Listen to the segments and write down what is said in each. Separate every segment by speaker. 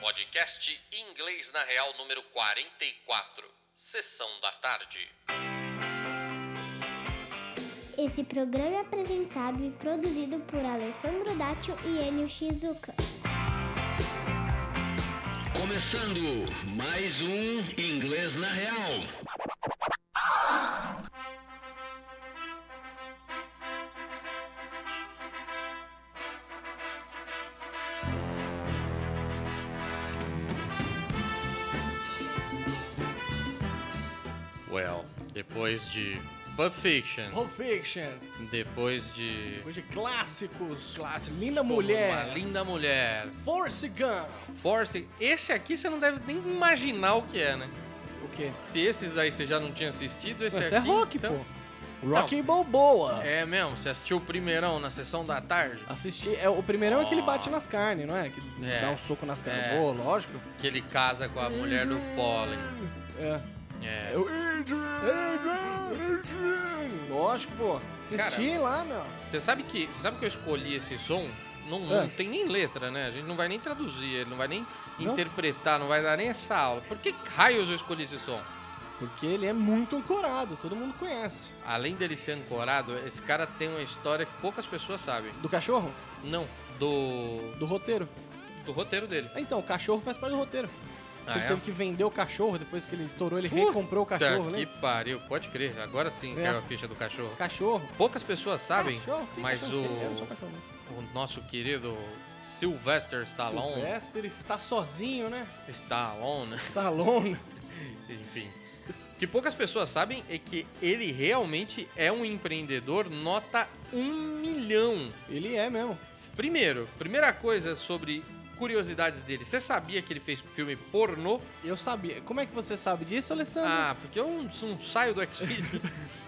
Speaker 1: Podcast Inglês na Real número 44, sessão da tarde.
Speaker 2: Esse programa é apresentado e produzido por Alessandro Dátio e Enio Shizuka.
Speaker 3: Começando mais um Inglês na Real.
Speaker 4: Well, depois de Pulp Fiction,
Speaker 5: Pulp Fiction,
Speaker 4: depois de
Speaker 5: depois de clássicos,
Speaker 4: clássico
Speaker 5: Linda
Speaker 4: como
Speaker 5: Mulher,
Speaker 4: Uma linda mulher,
Speaker 5: Force Gun.
Speaker 4: Forrest, esse aqui você não deve nem imaginar o que é, né?
Speaker 5: O quê?
Speaker 4: Se esses aí você já não tinha assistido, esse
Speaker 5: Isso
Speaker 4: aqui
Speaker 5: é rock,
Speaker 4: então-
Speaker 5: pô. Rock Balboa.
Speaker 4: É mesmo, você assistiu o primeirão na sessão da tarde,
Speaker 5: Assisti, é, o primeirão é que ele
Speaker 4: Ó.
Speaker 5: bate nas carnes, não é? Que
Speaker 4: É.
Speaker 5: dá um soco nas carnes.
Speaker 4: É.
Speaker 5: Boa, lógico.
Speaker 4: que ele casa com a mulher do Pollen.
Speaker 5: É.
Speaker 4: É.
Speaker 5: É o Adrian, Adrian. Lógico, pô. Assisti lá, meu.
Speaker 4: Você sabe que, você sabe que eu escolhi esse som? Não,
Speaker 5: É.
Speaker 4: não tem nem letra, né? A gente não vai nem traduzir, ele não vai nem
Speaker 5: Não?
Speaker 4: interpretar, não vai dar nem essa aula. Por que raios eu escolhi esse som?
Speaker 5: Porque ele é muito ancorado, todo mundo conhece.
Speaker 4: Além dele ser ancorado, esse cara tem uma história que poucas pessoas sabem.
Speaker 5: Do cachorro?
Speaker 4: Não, do,
Speaker 5: Do roteiro.
Speaker 4: do roteiro dele.
Speaker 5: Ah, Então, o cachorro faz parte do roteiro.
Speaker 4: Ah,
Speaker 5: ele
Speaker 4: é?
Speaker 5: teve que vender o cachorro depois que ele estourou, ele
Speaker 4: Puta
Speaker 5: recomprou o cachorro,
Speaker 4: que
Speaker 5: né?
Speaker 4: pariu, pode crer. Agora sim
Speaker 5: É.
Speaker 4: caiu a ficha do cachorro.
Speaker 5: Cachorro.
Speaker 4: Poucas pessoas sabem,
Speaker 5: Cachorro, que
Speaker 4: mas
Speaker 5: cachorro que ele era? Só
Speaker 4: o,
Speaker 5: cachorro, né?
Speaker 4: o nosso querido Sylvester Stallone,
Speaker 5: Sylvester está sozinho, né?
Speaker 4: Stallone,
Speaker 5: Stallone.
Speaker 4: enfim. O que poucas pessoas sabem é que ele realmente é um empreendedor nota um milhão.
Speaker 5: Ele é mesmo.
Speaker 4: Primeiro, primeira coisa sobre curiosidades dele. Você sabia que ele fez filme pornô?
Speaker 5: Eu sabia. Como é que você sabe disso, Alessandro?
Speaker 4: Ah, porque eu não, não saio do X-Video.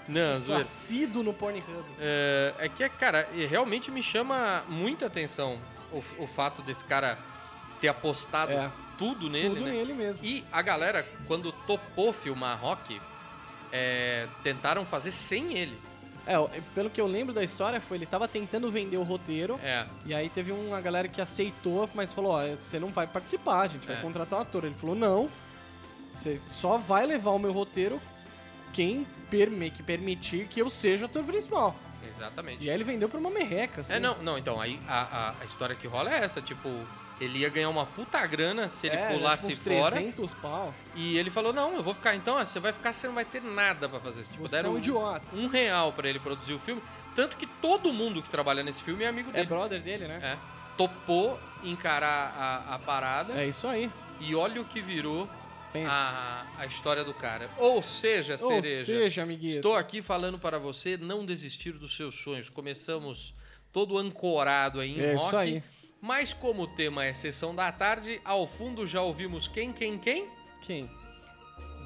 Speaker 4: não, zoeira.
Speaker 5: Nascido no Pornhub.
Speaker 4: É, é que, cara, e realmente me chama muita atenção o, o fato desse cara ter apostado
Speaker 5: É.
Speaker 4: tudo nele,
Speaker 5: Tudo
Speaker 4: né?
Speaker 5: nele mesmo.
Speaker 4: E a galera, quando topou filmar rock, é, tentaram fazer sem ele.
Speaker 5: É, ó, pelo que eu lembro da história, foi ele tava tentando vender o roteiro.
Speaker 4: É,
Speaker 5: E aí teve uma galera que aceitou, mas falou, ó, você não vai participar, a gente vai
Speaker 4: É.
Speaker 5: contratar um ator. Ele falou, não, você só vai levar o meu roteiro quem perme- que permitir que eu seja o ator principal.
Speaker 4: exatamente.
Speaker 5: E aí ele vendeu pra uma merreca, assim.
Speaker 4: É, não, não, então, aí a, a- a história que rola é essa, tipo, ele ia ganhar uma puta grana se ele
Speaker 5: É, era
Speaker 4: pulasse
Speaker 5: tipo uns
Speaker 4: fora.
Speaker 5: 300 pau.
Speaker 4: E ele falou, não, eu vou ficar, então, ah, você vai ficar, você não vai ter nada pra fazer. Tipo,
Speaker 5: Você é um idiota.
Speaker 4: um real pra ele produzir o filme. Tanto que todo mundo que trabalha nesse filme é amigo
Speaker 5: É
Speaker 4: dele.
Speaker 5: brother dele, né?
Speaker 4: É. Topou encarar a, a parada
Speaker 5: É isso aí.
Speaker 4: e olha o que virou
Speaker 5: Pensa.
Speaker 4: a, a história do cara. Ou seja,
Speaker 5: Ou
Speaker 4: Ah, cereja.
Speaker 5: seja, amiguinho.
Speaker 4: Estou aqui falando para você não desistir dos seus sonhos. Começamos todo ancorado aí em
Speaker 5: É
Speaker 4: rock.
Speaker 5: isso aí.
Speaker 4: Mas como o tema é sessão da tarde, ao fundo já ouvimos quem, quem, quem?
Speaker 5: Quem?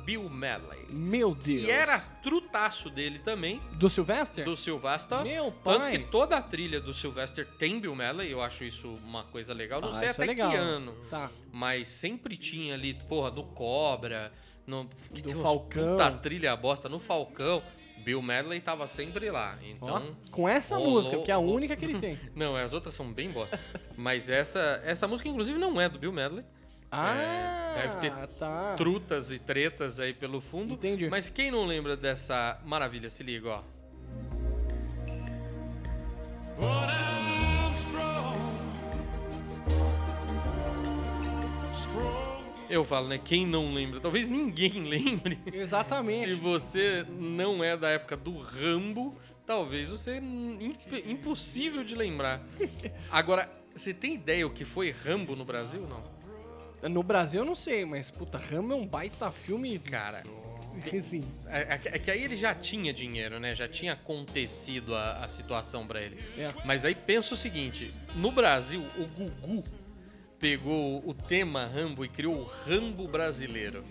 Speaker 4: Bill Medley.
Speaker 5: Meu Deus.
Speaker 4: E era trutaço dele também,
Speaker 5: Do Sylvester?
Speaker 4: do Sylvester.
Speaker 5: Meu
Speaker 4: Tanto
Speaker 5: pai.
Speaker 4: que toda a trilha do Sylvester tem Bill Medley, eu acho isso uma coisa legal. Não
Speaker 5: Ah,
Speaker 4: sei
Speaker 5: isso
Speaker 4: até
Speaker 5: é legal.
Speaker 4: que ano,
Speaker 5: Tá.
Speaker 4: mas sempre tinha ali, porra, do Cobra, no, que
Speaker 5: Do
Speaker 4: tem
Speaker 5: Falcão.
Speaker 4: Puta trilha bosta no Falcão. Bill Medley tava sempre lá,
Speaker 5: Ó,
Speaker 4: então...
Speaker 5: com essa
Speaker 4: rolou-
Speaker 5: música, porque é a
Speaker 4: rolou-
Speaker 5: única que ele tem.
Speaker 4: Não, as outras são bem bosta. Mas essa, essa música, inclusive, não é do Bill Medley.
Speaker 5: Ah,
Speaker 4: deve ter
Speaker 5: tá.
Speaker 4: Trutas e tretas aí pelo fundo.
Speaker 5: Entendi.
Speaker 4: Mas quem não lembra dessa maravilha, se liga, ó.
Speaker 6: But I'm strong. Strong.
Speaker 4: Eu falo, né? Quem não lembra? Talvez ninguém lembre. Se
Speaker 5: Exatamente.
Speaker 4: você não é da época do Rambo, talvez você é imp- impossível de lembrar. Agora, você tem ideia o que foi Rambo no Brasil? Não.
Speaker 5: No Brasil eu não sei, mas puta, Rambo é um baita filme,
Speaker 4: Cara,
Speaker 5: assim.
Speaker 4: é, é que- é que aí ele já tinha dinheiro, né? Já tinha acontecido a, a situação pra ele.
Speaker 5: É.
Speaker 4: Mas aí pensa o seguinte: no Brasil, o Gugu pegou o tema Rambo e criou o Rambo brasileiro.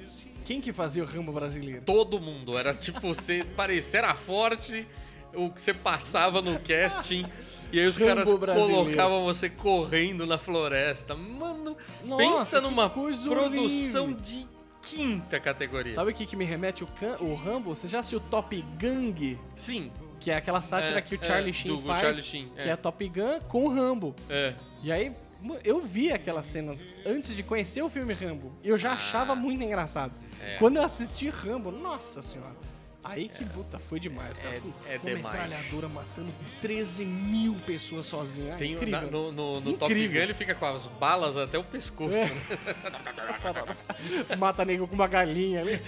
Speaker 5: Quem que fazia o Rambo brasileiro?
Speaker 4: todo mundo. Era tipo, você parecia era forte, o que você passava no casting. E aí os
Speaker 5: Rambo
Speaker 4: caras
Speaker 5: brasileiro.
Speaker 4: colocavam você correndo na floresta. Mano,
Speaker 5: Nossa,
Speaker 4: pensa
Speaker 5: que
Speaker 4: numa
Speaker 5: coisa
Speaker 4: produção de quinta categoria.
Speaker 5: Sabe o que, que me remete o, can... o Rambo? Você já assistiu Top Gang?
Speaker 4: Sim,
Speaker 5: Que é aquela sátira
Speaker 4: É,
Speaker 5: que o
Speaker 4: é,
Speaker 5: Charlie Sheen
Speaker 4: do
Speaker 5: faz.
Speaker 4: Charlie Sheen,
Speaker 5: que
Speaker 4: é.
Speaker 5: é Top Gun com o Rambo.
Speaker 4: é.
Speaker 5: E aí, Mu- Eu vi aquela cena antes de conhecer o filme Rambo. e Eu já achava muito engraçado.
Speaker 4: Ah. É.
Speaker 5: Quando eu assisti Rambo, nossa senhora. Aí que puta, foi demais.
Speaker 4: É-
Speaker 5: Com-
Speaker 4: é
Speaker 5: com
Speaker 4: demais.
Speaker 5: metralhadora matando 13 mil pessoas sozinha. É
Speaker 4: Tem o-
Speaker 5: incrível.
Speaker 4: na- no no, no Top
Speaker 5: Incrível.
Speaker 4: Gun ele fica com as balas até o pescoço.
Speaker 5: É.
Speaker 4: né?
Speaker 5: Mata nego com uma galinha ali.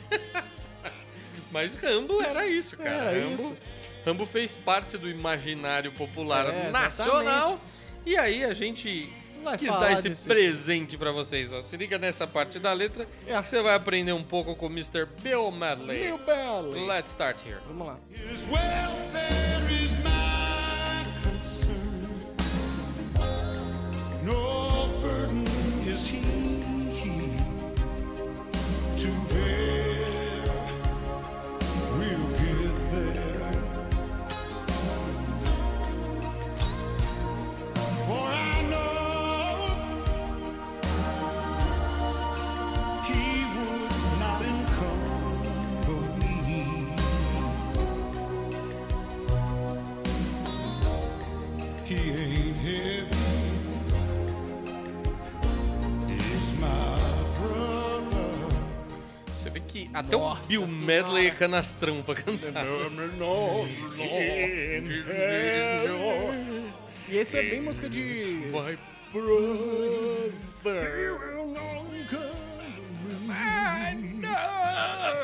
Speaker 4: Mas Rambo era isso, cara.
Speaker 5: É, Era
Speaker 4: Rambo,
Speaker 5: isso.
Speaker 4: Rambo fez parte do imaginário popular
Speaker 5: É, exatamente.
Speaker 4: nacional. E aí a gente
Speaker 5: Vai
Speaker 4: quis
Speaker 5: falar
Speaker 4: dar esse
Speaker 5: desse-
Speaker 4: presente pra vocês. Ó. Se liga nessa parte da letra
Speaker 5: É.
Speaker 4: que você vai aprender um pouco com o Mr. Bill Medley.
Speaker 5: Meu belo.
Speaker 4: Let's start here.
Speaker 5: Vamos lá.
Speaker 6: His welfare is my concern. No burden is he to bear. We'll get there. For I know he would not encumber me. He ain't heavy. He's my brother.
Speaker 4: Você vê que até o Bill Medley é canastrão pra cantar. é um
Speaker 5: E esse é bem música de.
Speaker 4: Vai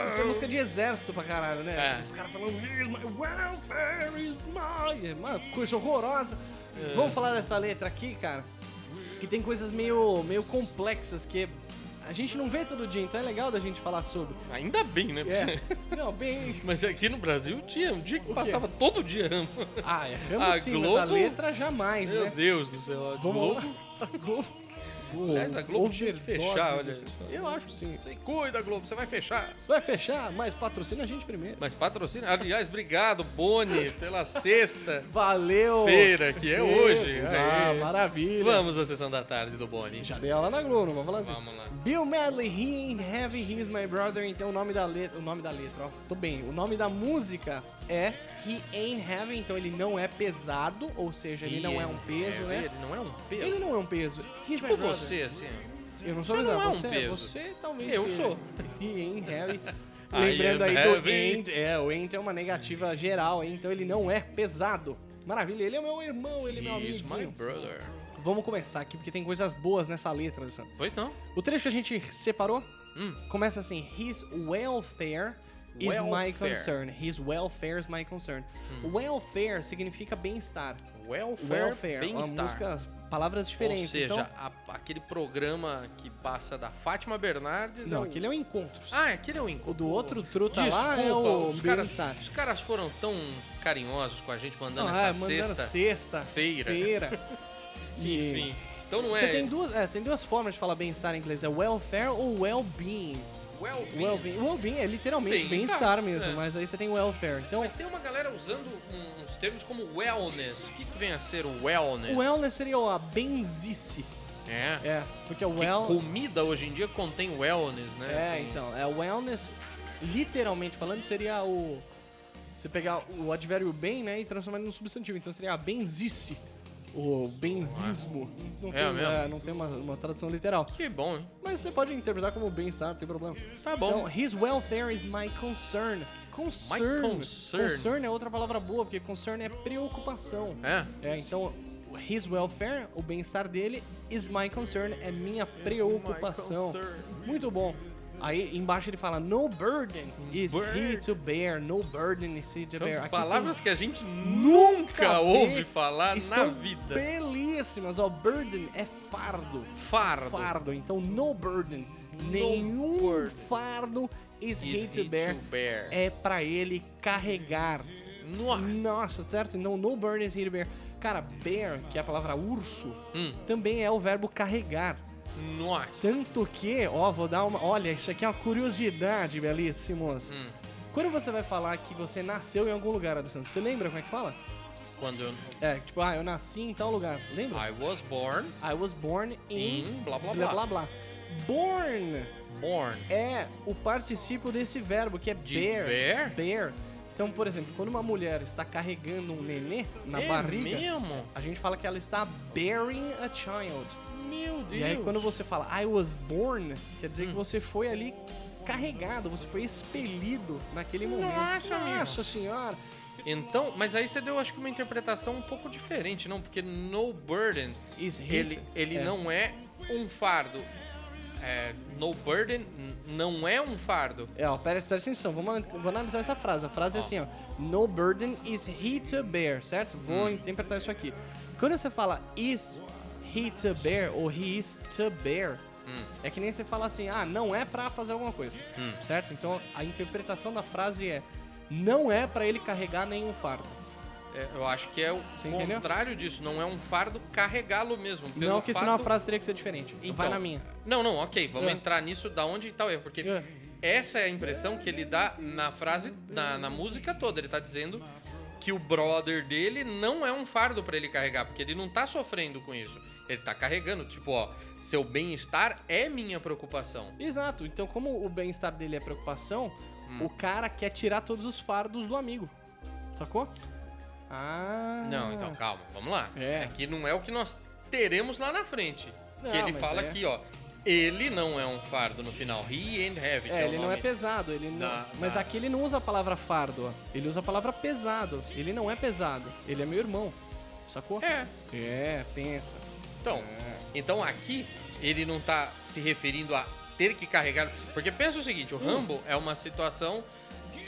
Speaker 5: Isso é música de exército pra caralho, né?
Speaker 4: É.
Speaker 5: Os caras falando, "Here's my welfare is mine. Mano, coisa horrorosa.
Speaker 4: É.
Speaker 5: Vamos falar dessa letra aqui, cara. Que tem coisas meio, meio complexas que a gente não vê todo dia, então é legal da gente falar sobre.
Speaker 4: Ainda bem, né?
Speaker 5: É. Não, bem.
Speaker 4: Mas aqui no Brasil tinha um dia que passava todo dia Rambo.
Speaker 5: Ah, erramos
Speaker 4: A
Speaker 5: sim,
Speaker 4: Globo-
Speaker 5: mas a letra jamais,
Speaker 4: Meu
Speaker 5: né?
Speaker 4: Deus do céu. a
Speaker 5: Vamos
Speaker 4: Globo.
Speaker 5: lá. A Globo.
Speaker 4: Aliás, a Globo tinha que
Speaker 5: Overdose
Speaker 4: fechar,
Speaker 5: do-
Speaker 4: olha.
Speaker 5: Eu acho sim.
Speaker 4: Você cuida, Globo, você vai fechar.
Speaker 5: Vai fechar, mas patrocina a gente primeiro.
Speaker 4: Mas patrocina. Aliás, obrigado, Boni, pela sexta-feira,
Speaker 5: Valeu!
Speaker 4: que é hoje.
Speaker 5: Ah,
Speaker 4: Aê.
Speaker 5: maravilha!
Speaker 4: Vamos à sessão da tarde do Boni.
Speaker 5: Já dei aula na Globo, vamos falar assim.
Speaker 4: Vamos lá.
Speaker 5: Bill Medley, He Ain't Heavy, He's My Brother. Então o nome da letra. O nome da letra, ó. Tô bem. O nome da música é He Ain't Heavy, então ele não é pesado, ou seja, ele não é um peso,
Speaker 4: É,
Speaker 5: né?
Speaker 4: Ele não é um peso.
Speaker 5: Ele não é um peso. He's
Speaker 4: tipo
Speaker 5: my brother.
Speaker 4: você, assim.
Speaker 5: Eu não sou
Speaker 4: Você
Speaker 5: pesado.
Speaker 4: não é um
Speaker 5: você,
Speaker 4: peso.
Speaker 5: Você talvez.
Speaker 4: Eu
Speaker 5: seja.
Speaker 4: sou.
Speaker 5: He Ain't Heavy.
Speaker 4: I
Speaker 5: Lembrando
Speaker 4: am
Speaker 5: aí do
Speaker 4: heavy.
Speaker 5: ain't. É, o ain't é uma negativa geral, hein? então ele não é pesado. Maravilha, ele é meu irmão, ele é meu
Speaker 4: He's my
Speaker 5: amigo.
Speaker 4: brother.
Speaker 5: Vamos começar aqui, porque tem coisas boas nessa letra, Alessandro.
Speaker 4: Pois não.
Speaker 5: O trecho que a gente separou
Speaker 4: Hum.
Speaker 5: começa assim: His welfare is my
Speaker 4: Welfare. Hum.
Speaker 5: concern. His welfare is my concern. Welfare significa bem-estar.
Speaker 4: Welfare,
Speaker 5: Welfare, uma
Speaker 4: bem-estar.
Speaker 5: música, palavras
Speaker 4: Ou
Speaker 5: diferentes.
Speaker 4: seja,
Speaker 5: então,
Speaker 4: a- aquele programa que passa da Fátima Bernardes.
Speaker 5: não,
Speaker 4: ao-
Speaker 5: aquele é um encontro.
Speaker 4: Ah, aquele é o encontro.
Speaker 5: O do outro truta
Speaker 4: Desculpa,
Speaker 5: lá é o
Speaker 4: os caras,
Speaker 5: bem-estar.
Speaker 4: os caras foram tão carinhosos com a gente mandando
Speaker 5: Ah,
Speaker 4: essa sexta.
Speaker 5: mandaram sexta-feira.
Speaker 4: feira.
Speaker 5: E-
Speaker 4: Enfim. Então não é.
Speaker 5: Você tem duas, é, tem duas formas de falar bem-estar em inglês: é welfare ou well-being.
Speaker 4: Well-being.
Speaker 5: Well-being well-being é literalmente
Speaker 4: Bem-estar,
Speaker 5: bem-estar mesmo,
Speaker 4: é.
Speaker 5: mas aí você tem welfare. Então,
Speaker 4: Mas tem uma galera usando um- uns termos como wellness. O que, que vem a ser o wellness?
Speaker 5: O wellness seria o a benzice.
Speaker 4: É.
Speaker 5: É, porque o
Speaker 4: Que
Speaker 5: well...
Speaker 4: comida hoje em dia contém wellness, né?
Speaker 5: É,
Speaker 4: Assim,
Speaker 5: então, é o wellness, literalmente falando, seria o... Você pegar o advérbio bem, né, e transformar ele num substantivo. Então seria a benzice. O benzismo. Não
Speaker 4: É
Speaker 5: tem,
Speaker 4: mesmo?
Speaker 5: é, não tem uma, uma tradução literal.
Speaker 4: Que bom, hein?
Speaker 5: Mas você pode interpretar como bem-estar, não tem problema.
Speaker 4: Tá bom.
Speaker 5: Então, his welfare is my concern. Concern.
Speaker 4: concern.
Speaker 5: Concern é outra palavra boa, porque concern é preocupação.
Speaker 4: é.
Speaker 5: É, então, o his welfare, o bem-estar dele, is my concern, é minha preocupação.
Speaker 4: concern.
Speaker 5: Muito bom. Aí embaixo ele fala, no burden is he
Speaker 4: burden.
Speaker 5: to bear, no burden is he to
Speaker 4: Então,
Speaker 5: bear. Aqui
Speaker 4: palavras
Speaker 5: tem-
Speaker 4: que a gente nunca
Speaker 5: Nunca vi
Speaker 4: ouve falar
Speaker 5: e
Speaker 4: na
Speaker 5: são
Speaker 4: vida.
Speaker 5: belíssimas, ó, burden é fardo,
Speaker 4: Fardo.
Speaker 5: fardo, então no burden, nenhum
Speaker 4: burden.
Speaker 5: fardo is,
Speaker 4: Is
Speaker 5: he to bear,
Speaker 4: bear.
Speaker 5: é pra ele carregar.
Speaker 4: Nossa.
Speaker 5: Nossa, certo? Então, no burn is here bear. Cara, bear, que é a palavra urso,
Speaker 4: Hum.
Speaker 5: também é o verbo carregar.
Speaker 4: Nossa.
Speaker 5: Tanto que, ó, vou dar uma. Olha, isso aqui é uma curiosidade, belíssimos.
Speaker 4: Hum.
Speaker 5: Quando você vai falar que você nasceu em algum lugar, Alessandro, você lembra como é que fala?
Speaker 4: Quando eu...
Speaker 5: É, tipo, ah, eu nasci em tal lugar. Lembra?
Speaker 4: I was born.
Speaker 5: I was born in.
Speaker 4: In Ah, Hum, blá, blá,
Speaker 5: blá,
Speaker 4: blá.
Speaker 5: blá, blá. Born
Speaker 4: Born.
Speaker 5: é o particípio desse verbo, que é
Speaker 4: De
Speaker 5: bear.
Speaker 4: bear?
Speaker 5: Bear. Então, por exemplo, quando uma mulher está carregando um nenê na
Speaker 4: é
Speaker 5: barriga,
Speaker 4: mesmo?
Speaker 5: a gente fala que ela está bearing a child.
Speaker 4: Meu Deus. Hum.
Speaker 5: E aí quando você fala I was born, quer dizer que você foi ali carregado, você foi expelido naquele momento.
Speaker 4: Nossa, amigo.
Speaker 5: Nossa senhora.
Speaker 4: Então, mas aí você deu, acho que uma interpretação um pouco diferente, não? Porque no burden,
Speaker 5: Is hit.
Speaker 4: ele, ele
Speaker 5: É.
Speaker 4: não é um fardo. É, no burden n- não é um fardo.
Speaker 5: É, ó, pera, presta atenção, vamos, an- vou analisar essa frase. A frase é assim, ó. No burden is he to bear, certo? Vou interpretar isso aqui. Quando você fala is he to bear ou he is to bear, é que nem você fala assim, ah, não é pra fazer alguma coisa, certo? Então a interpretação da frase é, não é pra ele carregar nenhum fardo.
Speaker 4: É, eu acho que é o
Speaker 5: Você entendeu?
Speaker 4: contrário disso. Não é um fardo carregá-lo mesmo. Pelo
Speaker 5: não, é que
Speaker 4: fato...
Speaker 5: senão a frase teria que ser diferente. Vai na minha.
Speaker 4: Não, não, ok. Vamos
Speaker 5: É.
Speaker 4: entrar nisso da onde tá o erro. Porque
Speaker 5: É.
Speaker 4: essa é a impressão que ele dá na frase, na, na música toda. Ele tá dizendo que o brother dele não é um fardo pra ele carregar, porque ele não tá sofrendo com isso. Ele tá carregando, tipo, ó, seu bem-estar é minha preocupação.
Speaker 5: Exato. Então, como o bem-estar dele é preocupação, o cara quer tirar todos os fardos do amigo. Sacou? Ah.
Speaker 4: Não, então calma, vamos lá.
Speaker 5: É.
Speaker 4: Aqui não é o que nós teremos lá na frente.
Speaker 5: Não,
Speaker 4: que ele
Speaker 5: mas
Speaker 4: fala
Speaker 5: é.
Speaker 4: aqui, ó. Ele não é um fardo no final. He and heavy. que
Speaker 5: É,
Speaker 4: é o
Speaker 5: ele não é
Speaker 4: nome.
Speaker 5: pesado, ele não.
Speaker 4: Da-
Speaker 5: mas
Speaker 4: da-
Speaker 5: aqui ele não usa a palavra fardo, ó. Ele usa a palavra pesado. Ele não é pesado, ele é meu irmão. Sacou?
Speaker 4: É.
Speaker 5: É, pensa.
Speaker 4: Então,
Speaker 5: É.
Speaker 4: então aqui ele não tá se referindo a ter que carregar. Porque pensa o seguinte,
Speaker 5: Hum.
Speaker 4: o Rambo é uma situação.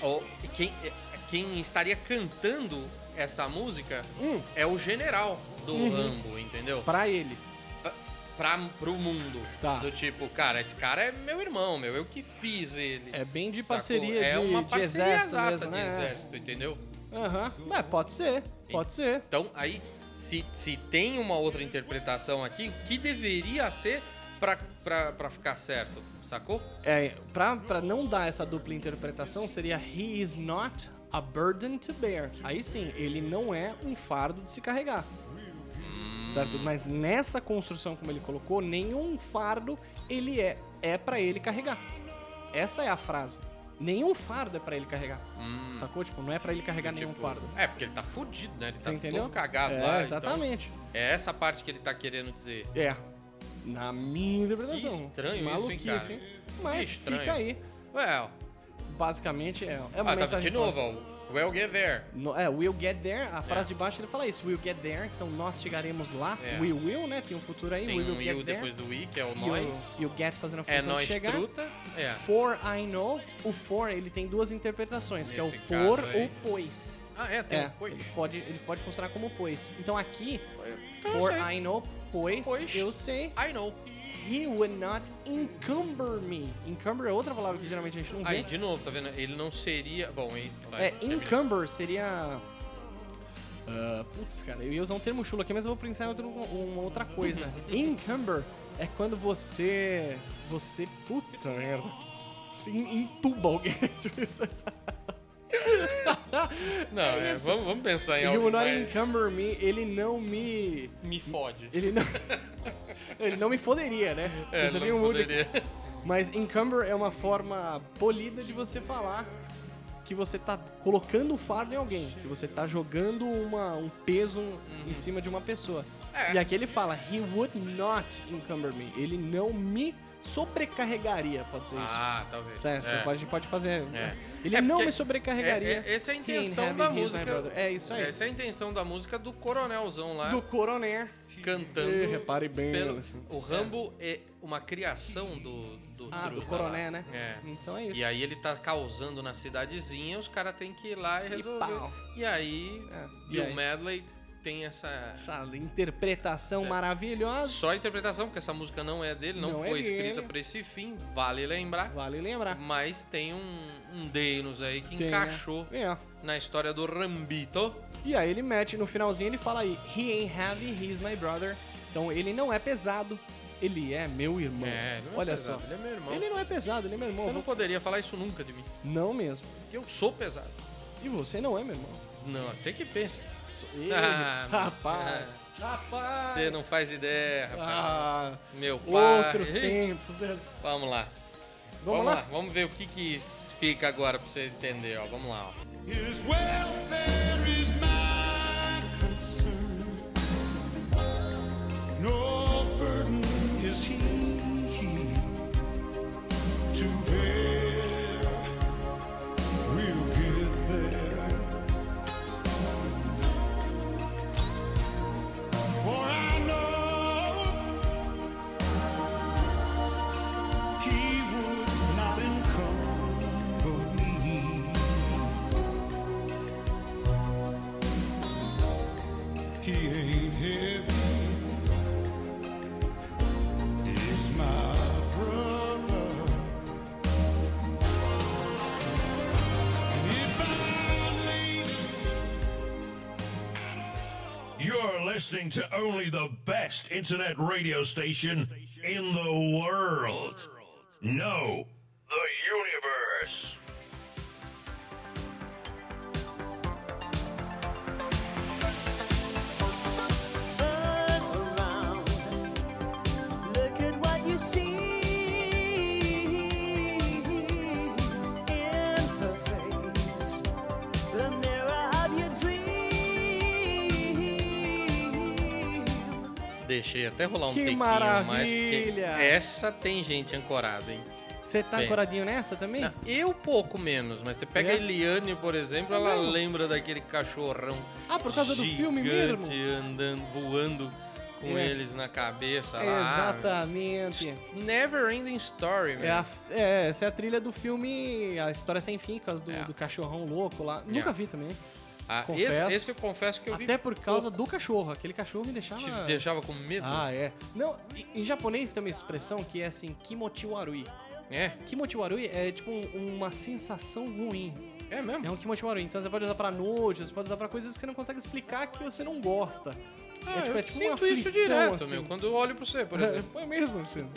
Speaker 4: ó, e quem, é- quem estaria cantando essa música
Speaker 5: Hum.
Speaker 4: é o general do
Speaker 5: Uhum.
Speaker 4: Rambo, entendeu?
Speaker 5: Pra ele.
Speaker 4: Pra, pra, pro mundo.
Speaker 5: Tá.
Speaker 4: Do tipo, cara, esse cara é meu irmão, meu, eu que fiz ele.
Speaker 5: É bem de
Speaker 4: Sacou?
Speaker 5: parceria
Speaker 4: É
Speaker 5: de,
Speaker 4: uma
Speaker 5: de
Speaker 4: parceria
Speaker 5: exército mesmo,
Speaker 4: de
Speaker 5: né?
Speaker 4: exército, entendeu?
Speaker 5: Aham. É, pode ser, pode ser.
Speaker 4: Então, aí, se, se tem uma outra interpretação aqui, o que deveria ser pra, pra, pra ficar certo? Sacou?
Speaker 5: É, pra, pra não dar essa dupla interpretação, seria He is not a burden to bear. Aí sim, ele não é um fardo de se carregar. Certo? Mas nessa construção, como ele colocou, nenhum fardo ele é. É pra ele carregar. Essa é a frase. Nenhum fardo é pra ele carregar. Sacou? Tipo, não é pra ele carregar nenhum
Speaker 4: Hum. Tipo,
Speaker 5: fardo.
Speaker 4: É, porque ele tá fudido, né? Ele
Speaker 5: Você
Speaker 4: tá
Speaker 5: entendeu?
Speaker 4: todo cagado
Speaker 5: é,
Speaker 4: lá. então
Speaker 5: exatamente.
Speaker 4: é essa parte que ele tá querendo dizer.
Speaker 5: É. Na minha interpretação.
Speaker 4: Que estranho isso, hein,
Speaker 5: Maluquice,
Speaker 4: cara?
Speaker 5: Mas
Speaker 4: Que estranho.
Speaker 5: fica aí.
Speaker 4: Well,
Speaker 5: Basicamente é, é uma
Speaker 4: ah, tá
Speaker 5: mensagem
Speaker 4: de novo, ó. Well, get there.
Speaker 5: No- é, we'll get there, a frase de baixo ele fala isso, we'll get there, então nós chegaremos lá,
Speaker 4: É.
Speaker 5: we will, né, tem um futuro aí,
Speaker 4: Tem
Speaker 5: we will
Speaker 4: um
Speaker 5: get
Speaker 4: you
Speaker 5: there,
Speaker 4: depois do we, que é o
Speaker 5: e o-
Speaker 4: nós.
Speaker 5: e o get fazendo a
Speaker 4: É
Speaker 5: função de
Speaker 4: nós
Speaker 5: chegar,
Speaker 4: truta. É.
Speaker 5: for I know, o for ele tem duas interpretações, que é
Speaker 4: Nesse
Speaker 5: o por
Speaker 4: caso aí.
Speaker 5: ou pois,
Speaker 4: Ah, é, tem
Speaker 5: é,
Speaker 4: um pois.
Speaker 5: ele pode, ele pode funcionar como pois, então aqui,
Speaker 4: Eu
Speaker 5: for
Speaker 4: sei.
Speaker 5: I know, pois,
Speaker 4: é Pois.
Speaker 5: eu sei,
Speaker 4: I know.
Speaker 5: he would not encumber me, encumber é outra palavra que geralmente a gente não vê,
Speaker 4: Aí, de novo, tá vendo? Ele não seria... Bom, aí... vai,
Speaker 5: É,
Speaker 4: termina.
Speaker 5: encumber seria. Ah, putz, cara, eu ia usar um termo chulo aqui, mas eu vou pensar em outro- uma outra coisa. encumber é quando você. Você. Puta merda. Você en- Entuba alguém. Tipo isso.
Speaker 4: Não, é, vamos, vamos pensar em
Speaker 5: He
Speaker 4: algo
Speaker 5: will not
Speaker 4: mais...
Speaker 5: encumber me, ele não me.
Speaker 4: Me fode.
Speaker 5: Ele não. ele não me foderia, né?
Speaker 4: É,
Speaker 5: Você
Speaker 4: não
Speaker 5: viu o mood aqui.
Speaker 4: poderia.
Speaker 5: Mas encumber é uma forma polida de você falar que você tá colocando o fardo em alguém, que você tá jogando uma, um peso em cima de uma pessoa.
Speaker 4: Uhum. É.
Speaker 5: E aqui ele fala, he would not encumber me. Ele não me sobrecarregaria, pode ser isso.
Speaker 4: Ah, talvez.
Speaker 5: É, você
Speaker 4: É.
Speaker 5: pode, pode fazer. né?
Speaker 4: É.
Speaker 5: Ele
Speaker 4: É
Speaker 5: não
Speaker 4: porque-
Speaker 5: me sobrecarregaria.
Speaker 4: É, é, essa é a
Speaker 5: He ain't
Speaker 4: intenção
Speaker 5: having
Speaker 4: da
Speaker 5: his my
Speaker 4: música.
Speaker 5: brother. É isso aí.
Speaker 4: Essa é a intenção da música do coronelzão lá,
Speaker 5: Do coronel.
Speaker 4: cantando.
Speaker 5: E repare bem.
Speaker 4: pelo-
Speaker 5: assim.
Speaker 4: O Rambo é. uma criação do. do
Speaker 5: Ah, do
Speaker 4: Truta
Speaker 5: coronel,
Speaker 4: lá.
Speaker 5: né? Então é
Speaker 4: É.
Speaker 5: isso.
Speaker 4: E aí ele tá causando na cidadezinha, os caras têm que ir lá e resolver.
Speaker 5: pau.
Speaker 4: E, aí.
Speaker 5: É.
Speaker 4: E,
Speaker 5: E
Speaker 4: o
Speaker 5: aí?
Speaker 4: Medley tem essa.
Speaker 5: Essa interpretação
Speaker 4: É.
Speaker 5: maravilhosa.
Speaker 4: Só a interpretação, porque essa música não é dele, não,
Speaker 5: Não é
Speaker 4: foi escrita
Speaker 5: dele.
Speaker 4: pra esse fim, vale lembrar.
Speaker 5: Vale lembrar.
Speaker 4: Mas tem um, um Deinos aí que
Speaker 5: Tem, né?
Speaker 4: encaixou
Speaker 5: É.
Speaker 4: na história do Rambito.
Speaker 5: E aí ele mete no finalzinho, ele fala aí, he ain't heavy, he's my brother. Então ele não é pesado, ele é meu irmão.
Speaker 4: É, não é
Speaker 5: Olha
Speaker 4: pesado,
Speaker 5: só.
Speaker 4: ele é meu irmão.
Speaker 5: Ele não é pesado, ele é meu irmão.
Speaker 4: Você não poderia falar isso nunca de mim.
Speaker 5: Não mesmo.
Speaker 4: Porque eu sou pesado.
Speaker 5: E você não é meu irmão.
Speaker 4: Não, você que pensa.
Speaker 5: Ele-
Speaker 4: Ah,
Speaker 5: rapaz.
Speaker 4: ah,
Speaker 5: Rapaz.
Speaker 4: Você não é faz ideia, rapaz.
Speaker 5: Ah,
Speaker 4: Meu pai.
Speaker 5: outros tempos. né?
Speaker 4: Vamos lá.
Speaker 5: Vamos, lá?
Speaker 4: Vamos ver o que que fica agora pra você entender, ó. Vamos lá, ó.
Speaker 6: His welfare is my concern. No burden
Speaker 7: listening to only the best internet radio station in the world. No, the universe.
Speaker 8: Turn around, look at what you see in her face, the mirror of your dream.
Speaker 4: Deixei até rolar um
Speaker 5: Que
Speaker 4: tequinho a mais, porque
Speaker 5: maravilha!
Speaker 4: essa tem gente ancorada, hein?
Speaker 5: Você tá
Speaker 4: Pensa.
Speaker 5: coradinho nessa também?
Speaker 4: Não, eu pouco menos, mas você pega
Speaker 5: É?
Speaker 4: a Eliane, por exemplo, ela
Speaker 5: mesmo?
Speaker 4: lembra daquele cachorrão.
Speaker 5: Ah, por causa do filme
Speaker 4: gigante
Speaker 5: mesmo?
Speaker 4: andando, voando com
Speaker 5: É.
Speaker 4: eles na cabeça lá.
Speaker 5: Exatamente.
Speaker 4: Never Ending Story,
Speaker 5: É,
Speaker 4: velho.
Speaker 5: a- é, essa é a trilha do filme A História Sem Fim, por causa do,
Speaker 4: É.
Speaker 5: do cachorrão louco lá.
Speaker 4: É.
Speaker 5: Nunca vi também.
Speaker 4: Ah, esse,
Speaker 5: confesso.
Speaker 4: esse eu confesso que eu vi.
Speaker 5: Até por causa do cachorro. Aquele cachorro me deixava...
Speaker 4: Te deixava com medo.
Speaker 5: Ah, é. Não, em- em japonês tem uma expressão que é assim, kimochiwarui.
Speaker 4: É,
Speaker 5: Kimochiwarui é tipo um- uma sensação ruim.
Speaker 4: é mesmo.
Speaker 5: É um kimochiwarui. Então você pode usar pra nojo, você pode usar pra coisas que você não consegue explicar que você não gosta.
Speaker 4: Ah,
Speaker 5: tipo-
Speaker 4: eu
Speaker 5: é tipo uma
Speaker 4: sinto isso
Speaker 5: aflição,
Speaker 4: direto,
Speaker 5: assim. É.
Speaker 4: meu. Quando eu olho pra você, por exemplo.
Speaker 5: Foi mesmo, assim.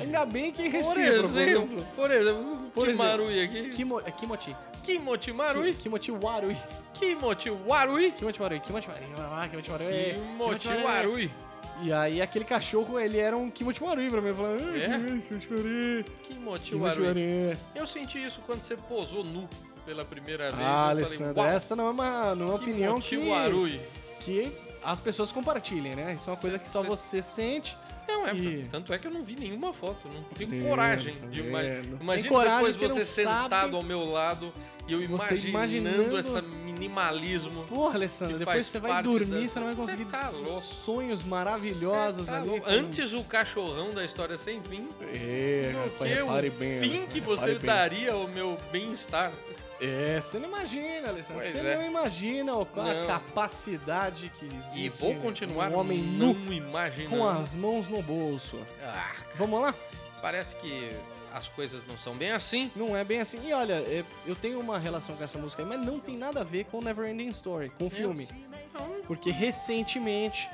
Speaker 5: Ainda bem que
Speaker 4: Por
Speaker 5: recíproco.
Speaker 4: exemplo, por exemplo,
Speaker 5: Por exemplo,
Speaker 4: Timarui aqui.
Speaker 5: Kimo, é Kimochi.
Speaker 4: Kimochi Marui.
Speaker 5: Kimochiwarui.
Speaker 4: Kimochi Warui.
Speaker 5: Kimochiwarui. Kimochiwarui. Vai lá, Kimochiwarui.
Speaker 4: Kimochi Warui.
Speaker 5: é. E aí aquele cachorro, ele era um Kimochiwarui pra mim. Eu falava,
Speaker 4: É?
Speaker 5: "Ah, Kimochiwarui.
Speaker 4: Kimochi Warui.
Speaker 5: Kimochiwarui.
Speaker 4: Eu senti isso quando você posou nu pela primeira vez.
Speaker 5: Ah,
Speaker 4: eu
Speaker 5: Alessandro,
Speaker 4: falei,
Speaker 5: essa não é uma, não é uma
Speaker 4: uau,
Speaker 5: opinião
Speaker 4: Kimochi
Speaker 5: que,
Speaker 4: Warui.
Speaker 5: que as pessoas compartilhem, né? Isso é uma coisa que só
Speaker 4: Cê-
Speaker 5: você sente.
Speaker 4: Não, é,
Speaker 5: E-
Speaker 4: tanto é que eu não vi nenhuma foto, não tenho
Speaker 5: Deus,
Speaker 4: coragem de
Speaker 5: velho.
Speaker 4: imaginar.
Speaker 5: Tem
Speaker 4: Imagina
Speaker 5: coragem
Speaker 4: depois
Speaker 5: que não
Speaker 4: você sentado
Speaker 5: sabe-
Speaker 4: ao meu lado e eu
Speaker 5: Você
Speaker 4: imaginando,
Speaker 5: imaginando-
Speaker 4: esse minimalismo.
Speaker 5: Porra, Alessandro,
Speaker 4: Que
Speaker 5: depois
Speaker 4: faz
Speaker 5: você vai
Speaker 4: parte
Speaker 5: dormir,
Speaker 4: da-
Speaker 5: você não vai
Speaker 4: Cê
Speaker 5: conseguir
Speaker 4: tá louco.
Speaker 5: sonhos maravilhosos
Speaker 4: Tá
Speaker 5: ali.
Speaker 4: louco.
Speaker 5: com-
Speaker 4: Antes o cachorrão da história sem fim
Speaker 5: É,
Speaker 4: do
Speaker 5: rapaz,
Speaker 4: que
Speaker 5: repare
Speaker 4: o
Speaker 5: bem,
Speaker 4: fim
Speaker 5: Alessandro,
Speaker 4: que
Speaker 5: repare
Speaker 4: você
Speaker 5: bem.
Speaker 4: daria ao meu bem-estar.
Speaker 5: É, você não imagina, Alessandro.
Speaker 4: Pois
Speaker 5: você
Speaker 4: é.
Speaker 5: não imagina o- qual
Speaker 4: Não.
Speaker 5: a capacidade que existe.
Speaker 4: E vou continuar né?
Speaker 5: Um homem
Speaker 4: não
Speaker 5: nu
Speaker 4: imaginando.
Speaker 5: com as mãos no bolso.
Speaker 4: Ah,
Speaker 5: Vamos lá?
Speaker 4: parece que as coisas não são bem assim.
Speaker 5: Não é bem assim. E olha, é, eu tenho uma relação com essa música aí, mas não tem nada a ver com Neverending Story,
Speaker 4: É.
Speaker 5: com o filme.
Speaker 4: Então.
Speaker 5: Porque recentemente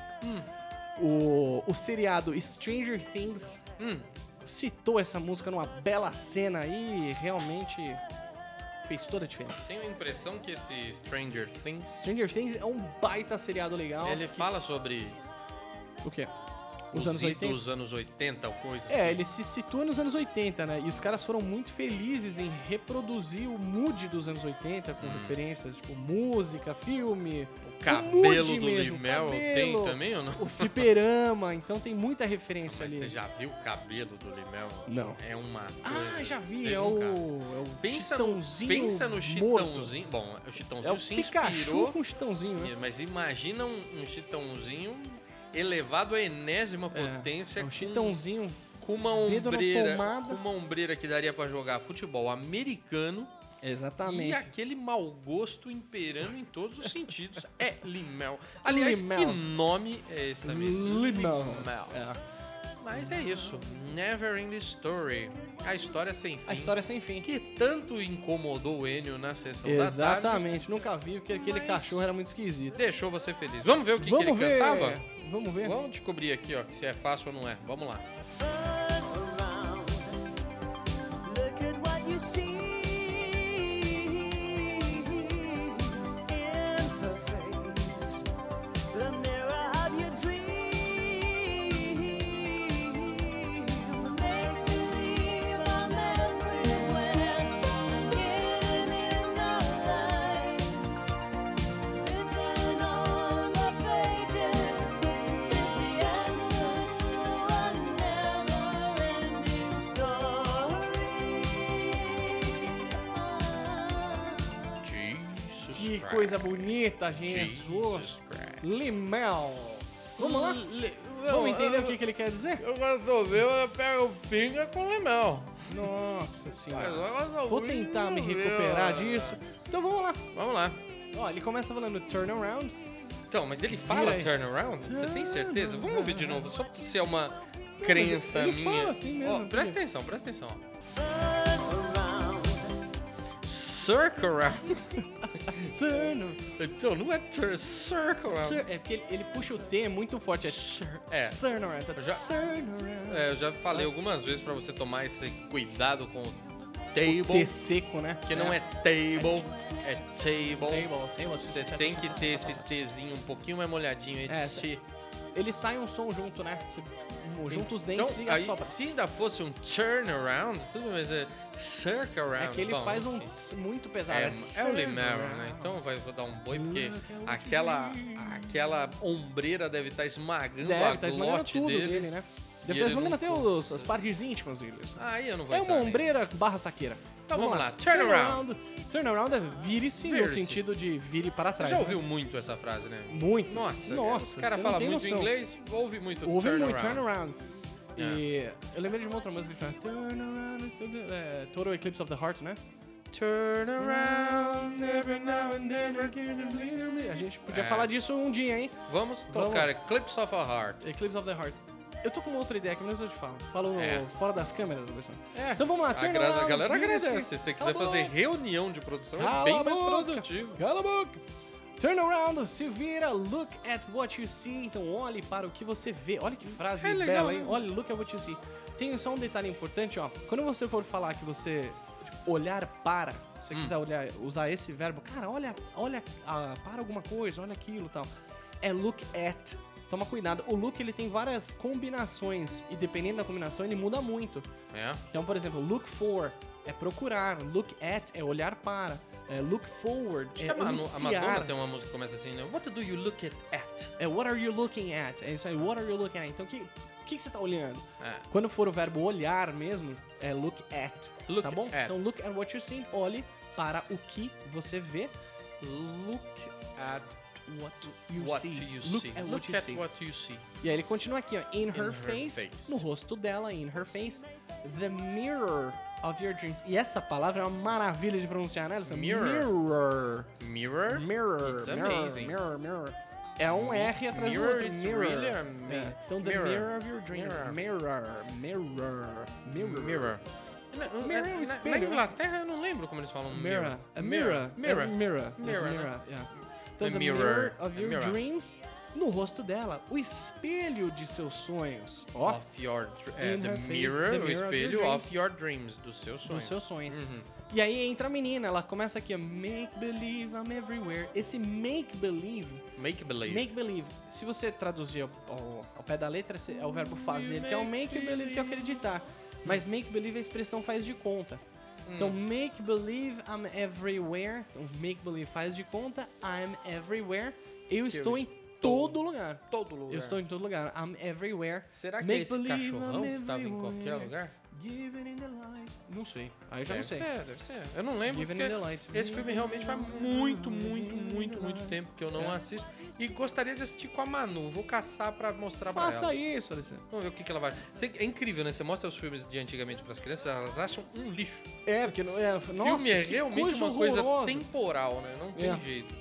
Speaker 5: o, o seriado Stranger Things
Speaker 4: Hum.
Speaker 5: citou essa música numa bela cena aí e realmente fez toda a diferença.
Speaker 4: Tenho a impressão que esse Stranger Things,
Speaker 5: Stranger Things é um baita seriado legal.
Speaker 4: ele fala sobre
Speaker 5: O quê? Os anos
Speaker 4: idos
Speaker 5: 80?
Speaker 4: dos anos 80 ou coisas
Speaker 5: É,
Speaker 4: que-
Speaker 5: ele se situa nos anos 80, né? E os caras foram muito felizes em reproduzir o mood dos anos 80,
Speaker 4: Hum.
Speaker 5: com referências tipo música, filme,
Speaker 4: O
Speaker 5: o
Speaker 4: cabelo
Speaker 5: mood
Speaker 4: do
Speaker 5: mesmo,
Speaker 4: Limel tem
Speaker 5: cabelo,
Speaker 4: também ou não?
Speaker 5: O fliperama, então tem muita referência
Speaker 4: Ah, Mas você
Speaker 5: ali.
Speaker 4: já viu o cabelo do Limel?
Speaker 5: Não.
Speaker 4: É uma coisa.
Speaker 5: Ah, já vi,
Speaker 4: Você
Speaker 5: é o,
Speaker 4: nunca-
Speaker 5: é o
Speaker 4: um Pensa no,
Speaker 5: chitãozinho
Speaker 4: pensa no
Speaker 5: morto.
Speaker 4: Chitãozinho. Bom, o
Speaker 5: É
Speaker 4: Chitãozinho
Speaker 5: o
Speaker 4: se
Speaker 5: Pikachu
Speaker 4: inspirou.
Speaker 5: com chitãozinho, né?
Speaker 4: Mas imagina um, um Chitãozinho elevado à enésima
Speaker 5: É,
Speaker 4: potência
Speaker 5: é um
Speaker 4: com-
Speaker 5: chitãozinho.
Speaker 4: com uma
Speaker 5: dedo na
Speaker 4: ombreira,
Speaker 5: tomada.
Speaker 4: com uma ombreira que daria pra jogar futebol americano e
Speaker 5: Exatamente.
Speaker 4: aquele mau gosto imperando em todos os sentidos. É Limel. Aliás, que
Speaker 5: Limel.
Speaker 4: nome é esse também?
Speaker 5: Limel. É.
Speaker 4: Mas é isso. Never Ending Story. A história sem fim.
Speaker 5: A história sem fim.
Speaker 4: que tanto incomodou o Enio na sessão da tarde.
Speaker 5: Exatamente, nunca vi porque aquele
Speaker 4: Mas-
Speaker 5: cachorro era muito esquisito.
Speaker 4: Deixou você feliz. Vamos ver o que, que ele cantava?
Speaker 5: Vamos ver.
Speaker 4: Vamos descobrir aqui, ó, que se é fácil ou não é. Vamos lá.
Speaker 8: Turn around, look at what you see in her face, the mirror of your dream. Make believe I'm everywhere, hidden in the light. Written on the pages is the answer to a never-ending story.
Speaker 4: Jesus
Speaker 5: Que
Speaker 4: Christ.
Speaker 5: coisa bonita, gente.
Speaker 4: Jesus Christ.
Speaker 5: Limel. Vamos lá? Vamos entender o que, que ele quer dizer?
Speaker 4: Eu resolveu, eu pego pinga com limão.
Speaker 5: Nossa senhora. Vou tentar me recuperar disso. Então vamos lá.
Speaker 4: Vamos lá.
Speaker 5: Ó, ele começa falando turnaround.
Speaker 4: Então, mas ele fala
Speaker 5: aí.
Speaker 4: turnaround? Você tem certeza? Vamos ouvir de novo, só pra se é uma crença
Speaker 5: ele
Speaker 4: minha.
Speaker 5: fala assim mesmo,
Speaker 4: Ó,
Speaker 5: por
Speaker 4: presta
Speaker 5: quê?
Speaker 4: atenção, presta atenção. ó.
Speaker 8: Turn around,
Speaker 4: Circle Round.
Speaker 5: Turn,
Speaker 4: Então, não é tur- Circle Round.
Speaker 5: turn. É porque ele, ele puxa o T muito forte. É turn.
Speaker 4: É.
Speaker 5: Turn around. tá?
Speaker 4: Eu já-
Speaker 5: Turn around.
Speaker 4: É, eu já falei algumas vezes pra você tomar esse cuidado com o
Speaker 5: O T
Speaker 4: table,
Speaker 5: seco, né?
Speaker 4: É, que não é table, é table.
Speaker 5: tipo, Table, table.
Speaker 4: Você tem que ter esse Tzinho um pouquinho mais molhadinho. É,
Speaker 5: É,
Speaker 4: tse.
Speaker 5: Ele sai um som junto, né? Você junta os
Speaker 4: Então,
Speaker 5: dentes e
Speaker 4: aí,
Speaker 5: assopra.
Speaker 4: se ainda fosse um turnaround, tudo mas é circle round.
Speaker 5: É que ele
Speaker 4: Bom,
Speaker 5: faz um
Speaker 4: enfim.
Speaker 5: tss muito pesado.
Speaker 4: É, é o
Speaker 5: turn
Speaker 4: Limero,
Speaker 5: around.
Speaker 4: né? Então vai, vou dar um boi, porque aquela, aquela ombreira deve estar esmagando
Speaker 5: Deve,
Speaker 4: a
Speaker 5: tá esmagando
Speaker 4: glote
Speaker 5: tudo
Speaker 4: dele.
Speaker 5: dele, né?
Speaker 4: E ele
Speaker 5: Deve estar esmagando
Speaker 4: não
Speaker 5: até
Speaker 4: consegue.
Speaker 5: os, as partes íntimas dele.
Speaker 4: Aí eu não vou
Speaker 5: É
Speaker 4: entrar
Speaker 5: uma
Speaker 4: nele.
Speaker 5: ombreira barra saqueira.
Speaker 4: Então vamos lá, turn
Speaker 5: Turnaround. Turnaround é vire-se no
Speaker 4: Vire-se.
Speaker 5: sentido de vire para
Speaker 4: Você
Speaker 5: trás.
Speaker 4: já
Speaker 5: né?
Speaker 4: ouviu muito essa frase, né?
Speaker 5: Muito.
Speaker 4: Nossa,
Speaker 5: Nossa,
Speaker 4: o cara
Speaker 5: você
Speaker 4: fala
Speaker 5: não tem
Speaker 4: muito
Speaker 5: noção.
Speaker 4: inglês, ouve muito
Speaker 5: Ouve
Speaker 4: turnaround. É.
Speaker 5: muito Turnaround. E eu lembrei de uma outra música que chama Turnaround, é, Total Eclipse of the Heart, né?
Speaker 4: Turn around, never now and never again.
Speaker 5: A gente podia
Speaker 4: É.
Speaker 5: falar disso um dia, hein?
Speaker 4: Vamos tocar Eclipse of a Heart.
Speaker 5: Eclipse of the Heart. Eu tô com uma outra ideia que menos eu te falo. Falo no-
Speaker 4: É.
Speaker 5: fora das câmeras, Luciano.
Speaker 4: É,
Speaker 5: Então vamos lá,
Speaker 4: a,
Speaker 5: turn
Speaker 4: gra- a
Speaker 5: around, Tá
Speaker 4: galera
Speaker 5: vira-se.
Speaker 4: agradece. Se você
Speaker 5: Cala
Speaker 4: quiser
Speaker 5: a
Speaker 4: fazer
Speaker 5: boca.
Speaker 4: reunião de produção,
Speaker 5: Cala
Speaker 4: é bem
Speaker 5: a
Speaker 4: mais
Speaker 5: boca.
Speaker 4: produtivo.
Speaker 5: Cala a boca. Turn around, se vira, look at what you see. Então olhe para o que você vê. Olha que frase
Speaker 4: É legal,
Speaker 5: bela, hein?
Speaker 4: né?
Speaker 5: Olhe, look at what you see. Tem só um detalhe importante, ó. Quando você for falar que você tipo, olhar para, se você quiser olhar, usar esse verbo, cara, olha, olha ah, para alguma coisa, olha aquilo e tal. É look at. Toma cuidado. O look ele tem várias combinações e dependendo da combinação ele muda muito.
Speaker 4: É.
Speaker 5: Então, por exemplo, look for é procurar, look at é olhar para, é look forward é
Speaker 4: a, Manu- a Madonna
Speaker 5: anunciar,
Speaker 4: tem uma música que começa assim, né? What do you look at? at?
Speaker 5: é what are you looking at, é isso aí, what are you looking at, então o que, que, que você tá olhando?
Speaker 4: É.
Speaker 5: Quando for o verbo olhar mesmo, é look at,
Speaker 4: Look
Speaker 5: tá bom?
Speaker 4: at.
Speaker 5: Então look at what you see, olhe para o que você vê,
Speaker 4: Look at
Speaker 5: what you
Speaker 4: what
Speaker 5: see,
Speaker 4: you
Speaker 5: look
Speaker 4: see.
Speaker 5: at
Speaker 4: Look
Speaker 5: what you
Speaker 4: at
Speaker 5: see.
Speaker 4: what you see.
Speaker 5: E aí ele continua aqui, ó. In, her,
Speaker 4: her
Speaker 5: face,
Speaker 4: face.
Speaker 5: No rosto dela, in her face. The mirror of your dreams. E essa palavra é uma maravilha de pronunciar, né, Alisson?
Speaker 4: Mirror.
Speaker 5: Mirror.
Speaker 4: Mirror.
Speaker 5: Mirror.
Speaker 4: It's
Speaker 5: mirror,
Speaker 4: amazing.
Speaker 5: Mirror, mirror. É um R atrás
Speaker 4: Mirror,
Speaker 5: do outro.
Speaker 4: it's
Speaker 5: mirror.
Speaker 4: really ama-
Speaker 5: É. Então, the
Speaker 4: mirror.
Speaker 5: mirror of your dreams.
Speaker 4: Mirror.
Speaker 5: Mirror. Mirror. Mirror.
Speaker 4: Mirror. Na,
Speaker 5: Mirror é um
Speaker 4: na-
Speaker 5: espelho,
Speaker 4: na
Speaker 5: né?
Speaker 4: Inglaterra eu não lembro como eles falam
Speaker 5: Mirror. A
Speaker 4: Mirror.
Speaker 5: mirror.
Speaker 4: Mirror.
Speaker 5: É Mirror.
Speaker 4: Mirror, né?
Speaker 5: É mirror, yeah. Então,
Speaker 4: The
Speaker 5: the,
Speaker 4: mirror.
Speaker 5: mirror, of
Speaker 4: The
Speaker 5: your
Speaker 4: mirror.
Speaker 5: dreams. No rosto dela, o espelho de seus sonhos. Ó.
Speaker 4: Of your dr- é,
Speaker 5: In
Speaker 4: the
Speaker 5: her face,
Speaker 4: mirror, o
Speaker 5: the mirror of your
Speaker 4: espelho
Speaker 5: dreams.
Speaker 4: of your dreams, dos seus sonhos. Uhum.
Speaker 5: nos seus sonhos. E aí entra a menina, ela começa aqui, ó, make believe I'm everywhere. Esse make believe,
Speaker 4: Make believe.
Speaker 5: make believe, se você traduzir ao, ao- ao pé da letra, esse é o verbo fazer, que é o make believe, que é o acreditar. Mas
Speaker 4: Hum.
Speaker 5: make believe é a expressão faz de conta. Então, make believe I'm everywhere. Então, make believe faz de conta, I'm everywhere. Eu estou em
Speaker 4: estou
Speaker 5: todo lugar.
Speaker 4: todo lugar.
Speaker 5: Eu estou em todo lugar. I'm everywhere.
Speaker 4: Será que é
Speaker 5: Make
Speaker 4: esse
Speaker 5: believe
Speaker 4: cachorrão
Speaker 5: I'm
Speaker 4: que tava em qualquer
Speaker 5: everywhere.
Speaker 4: lugar?
Speaker 5: Given in the light. Não sei. Aí eu já
Speaker 4: Deve
Speaker 5: não sei.
Speaker 4: ser, deve ser. Eu não lembro.
Speaker 5: Given in the light. Hum.
Speaker 4: Porque esse filme realmente faz muito, muito, muito, muito tempo que eu
Speaker 5: É.
Speaker 4: não assisto. E gostaria de assistir com a Manu. Vou caçar pra mostrar pra ela.
Speaker 5: Faça isso, Alessandro.
Speaker 4: Vamos ver o que, que ela vai. Você- é incrível, né? Você mostra os filmes de antigamente pras crianças, elas acham um lixo.
Speaker 5: É, porque não é.
Speaker 4: O
Speaker 5: Nossa,
Speaker 4: filme é
Speaker 5: que
Speaker 4: realmente
Speaker 5: coisa
Speaker 4: uma coisa
Speaker 5: horrorosa.
Speaker 4: temporal, né? Não tem
Speaker 5: É.
Speaker 4: jeito.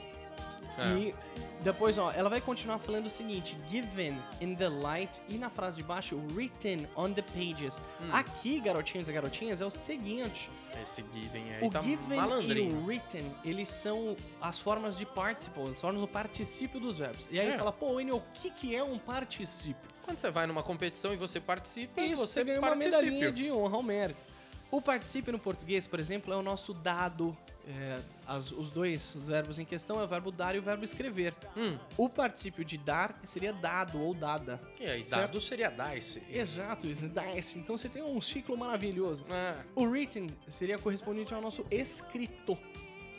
Speaker 5: E depois, ó, ela vai continuar falando o seguinte: given in the light e na frase de baixo, written on the pages.
Speaker 4: Hum.
Speaker 5: Aqui, garotinhos e garotinhas, é o seguinte:
Speaker 4: É. Esse Given aí
Speaker 5: o
Speaker 4: tá
Speaker 5: given e
Speaker 4: malandrinho.
Speaker 5: o written, eles são as formas de participle, as formas do particípio dos verbos. E aí
Speaker 4: É.
Speaker 5: fala, pô, Enio, o que, que é um particípio?
Speaker 4: Quando você vai numa competição e você participa,
Speaker 5: Isso,
Speaker 4: você,
Speaker 5: você ganha uma
Speaker 4: participa.
Speaker 5: medalhinha de honra ao mérito. O participe no português, por exemplo, é o nosso dado. É, as- os dois os verbos em questão é o verbo dar e o verbo escrever. O particípio de dar seria dado ou dada.
Speaker 4: Que aí, É, dado seria dice.
Speaker 5: Exato, isso, dice. Então você tem um ciclo maravilhoso.
Speaker 4: Ah,
Speaker 5: O written seria correspondente ao nosso escrito.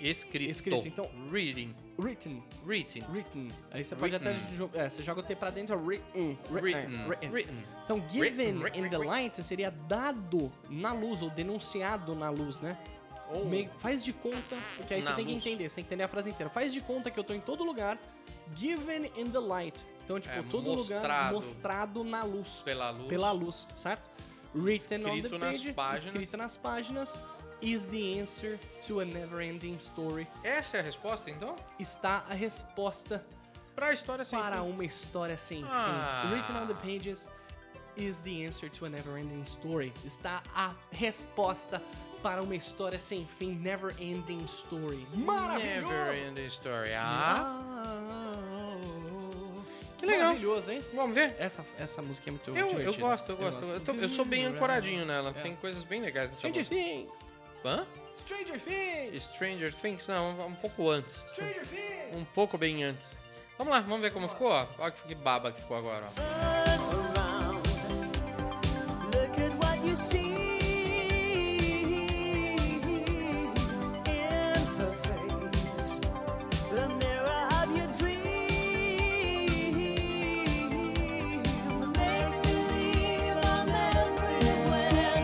Speaker 4: escrito.
Speaker 5: Escrito, então-
Speaker 4: Reading.
Speaker 5: Written,
Speaker 4: Reading.
Speaker 5: written. Aí você pode
Speaker 4: Written.
Speaker 5: até jo- é, você joga o T pra dentro, é written,
Speaker 4: Written.
Speaker 5: é, written.
Speaker 4: Written.
Speaker 5: Então, given
Speaker 4: Written, written,
Speaker 5: in the
Speaker 4: written.
Speaker 5: light seria dado na luz ou denunciado na luz, né?
Speaker 4: Ou-
Speaker 5: Me- Faz de conta, porque aí
Speaker 4: Oh. Na
Speaker 5: você tem que
Speaker 4: luz.
Speaker 5: entender, você tem que entender a frase inteira. Faz de conta que eu tô em todo lugar, given in the light. Então, tipo,
Speaker 4: É,
Speaker 5: todo lugar
Speaker 4: mostrado.
Speaker 5: mostrado na luz,
Speaker 4: Pela luz.
Speaker 5: pela luz, certo? Written on
Speaker 4: Escrito
Speaker 5: the
Speaker 4: nas
Speaker 5: page,
Speaker 4: páginas.
Speaker 5: escrito nas páginas, is the answer to a never-ending story.
Speaker 4: Essa é a resposta, então?
Speaker 5: Está a resposta
Speaker 4: Pra história sem
Speaker 5: para um
Speaker 4: fim.
Speaker 5: uma história sem fim.
Speaker 4: Ah.
Speaker 5: Written on the pages is the answer to a never-ending story. Está a resposta para uma história sem fim, never-ending story. Maravilhoso! Ah.
Speaker 4: Never Ending Story. Ah, que legal.
Speaker 5: Maravilhoso, hein?
Speaker 4: Vamos ver?
Speaker 5: Essa, essa música é muito
Speaker 4: Eu, eu
Speaker 5: divertida.
Speaker 4: gosto, eu gosto. Eu, tô- eu sou bem ancoradinho nela.
Speaker 5: É.
Speaker 4: Tem coisas bem legais nessa
Speaker 5: Stranger
Speaker 4: música.
Speaker 5: Things!
Speaker 4: Hã?
Speaker 5: Stranger Things!
Speaker 4: Stranger Things? Não, um pouco antes.
Speaker 5: Stranger Things!
Speaker 4: Um pouco bem antes. Vamos lá, vamos ver como ficou, ó. Olha que baba que ficou agora, ó.
Speaker 8: Turn around. Look at what you see in her face. The mirror of your dream. Make believe I'm everywhere.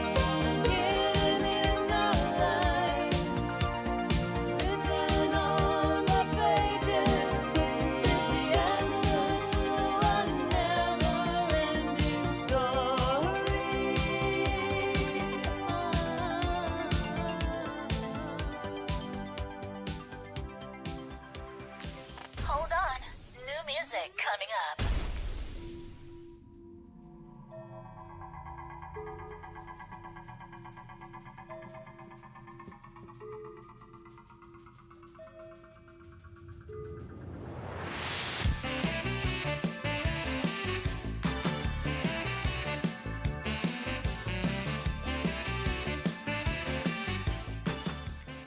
Speaker 8: Again in the light. Written on the pages is the answer to a never-ending story.
Speaker 9: Hold on. New music coming up.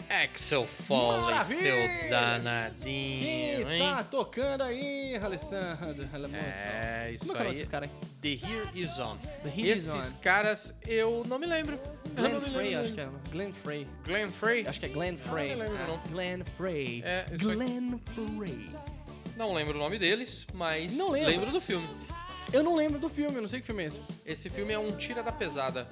Speaker 4: Axel Foley,
Speaker 5: Maravilha!
Speaker 4: seu danadinho,
Speaker 5: Que
Speaker 4: hein?
Speaker 5: tá tocando aí, Alessandro.
Speaker 4: É, isso
Speaker 5: Como é que é o nome
Speaker 4: aí.
Speaker 5: desses caras
Speaker 4: The Here Is On.
Speaker 5: The Here Is
Speaker 4: Esses
Speaker 5: On.
Speaker 4: caras, eu não me lembro. Eu
Speaker 5: Glenn
Speaker 4: não me
Speaker 5: Frey,
Speaker 4: lembro.
Speaker 5: acho que é. Glenn Frey.
Speaker 4: Glenn Frey?
Speaker 5: Acho que é Glenn Frey.
Speaker 4: Ah, lembro, não.
Speaker 5: Glenn Frey.
Speaker 4: É, isso aqui.
Speaker 5: Glenn Frey.
Speaker 4: Não lembro o nome deles, mas
Speaker 5: Não lembro.
Speaker 4: do filme.
Speaker 5: Eu não lembro do filme, eu não sei que filme é esse.
Speaker 4: Esse filme é um tira da pesada.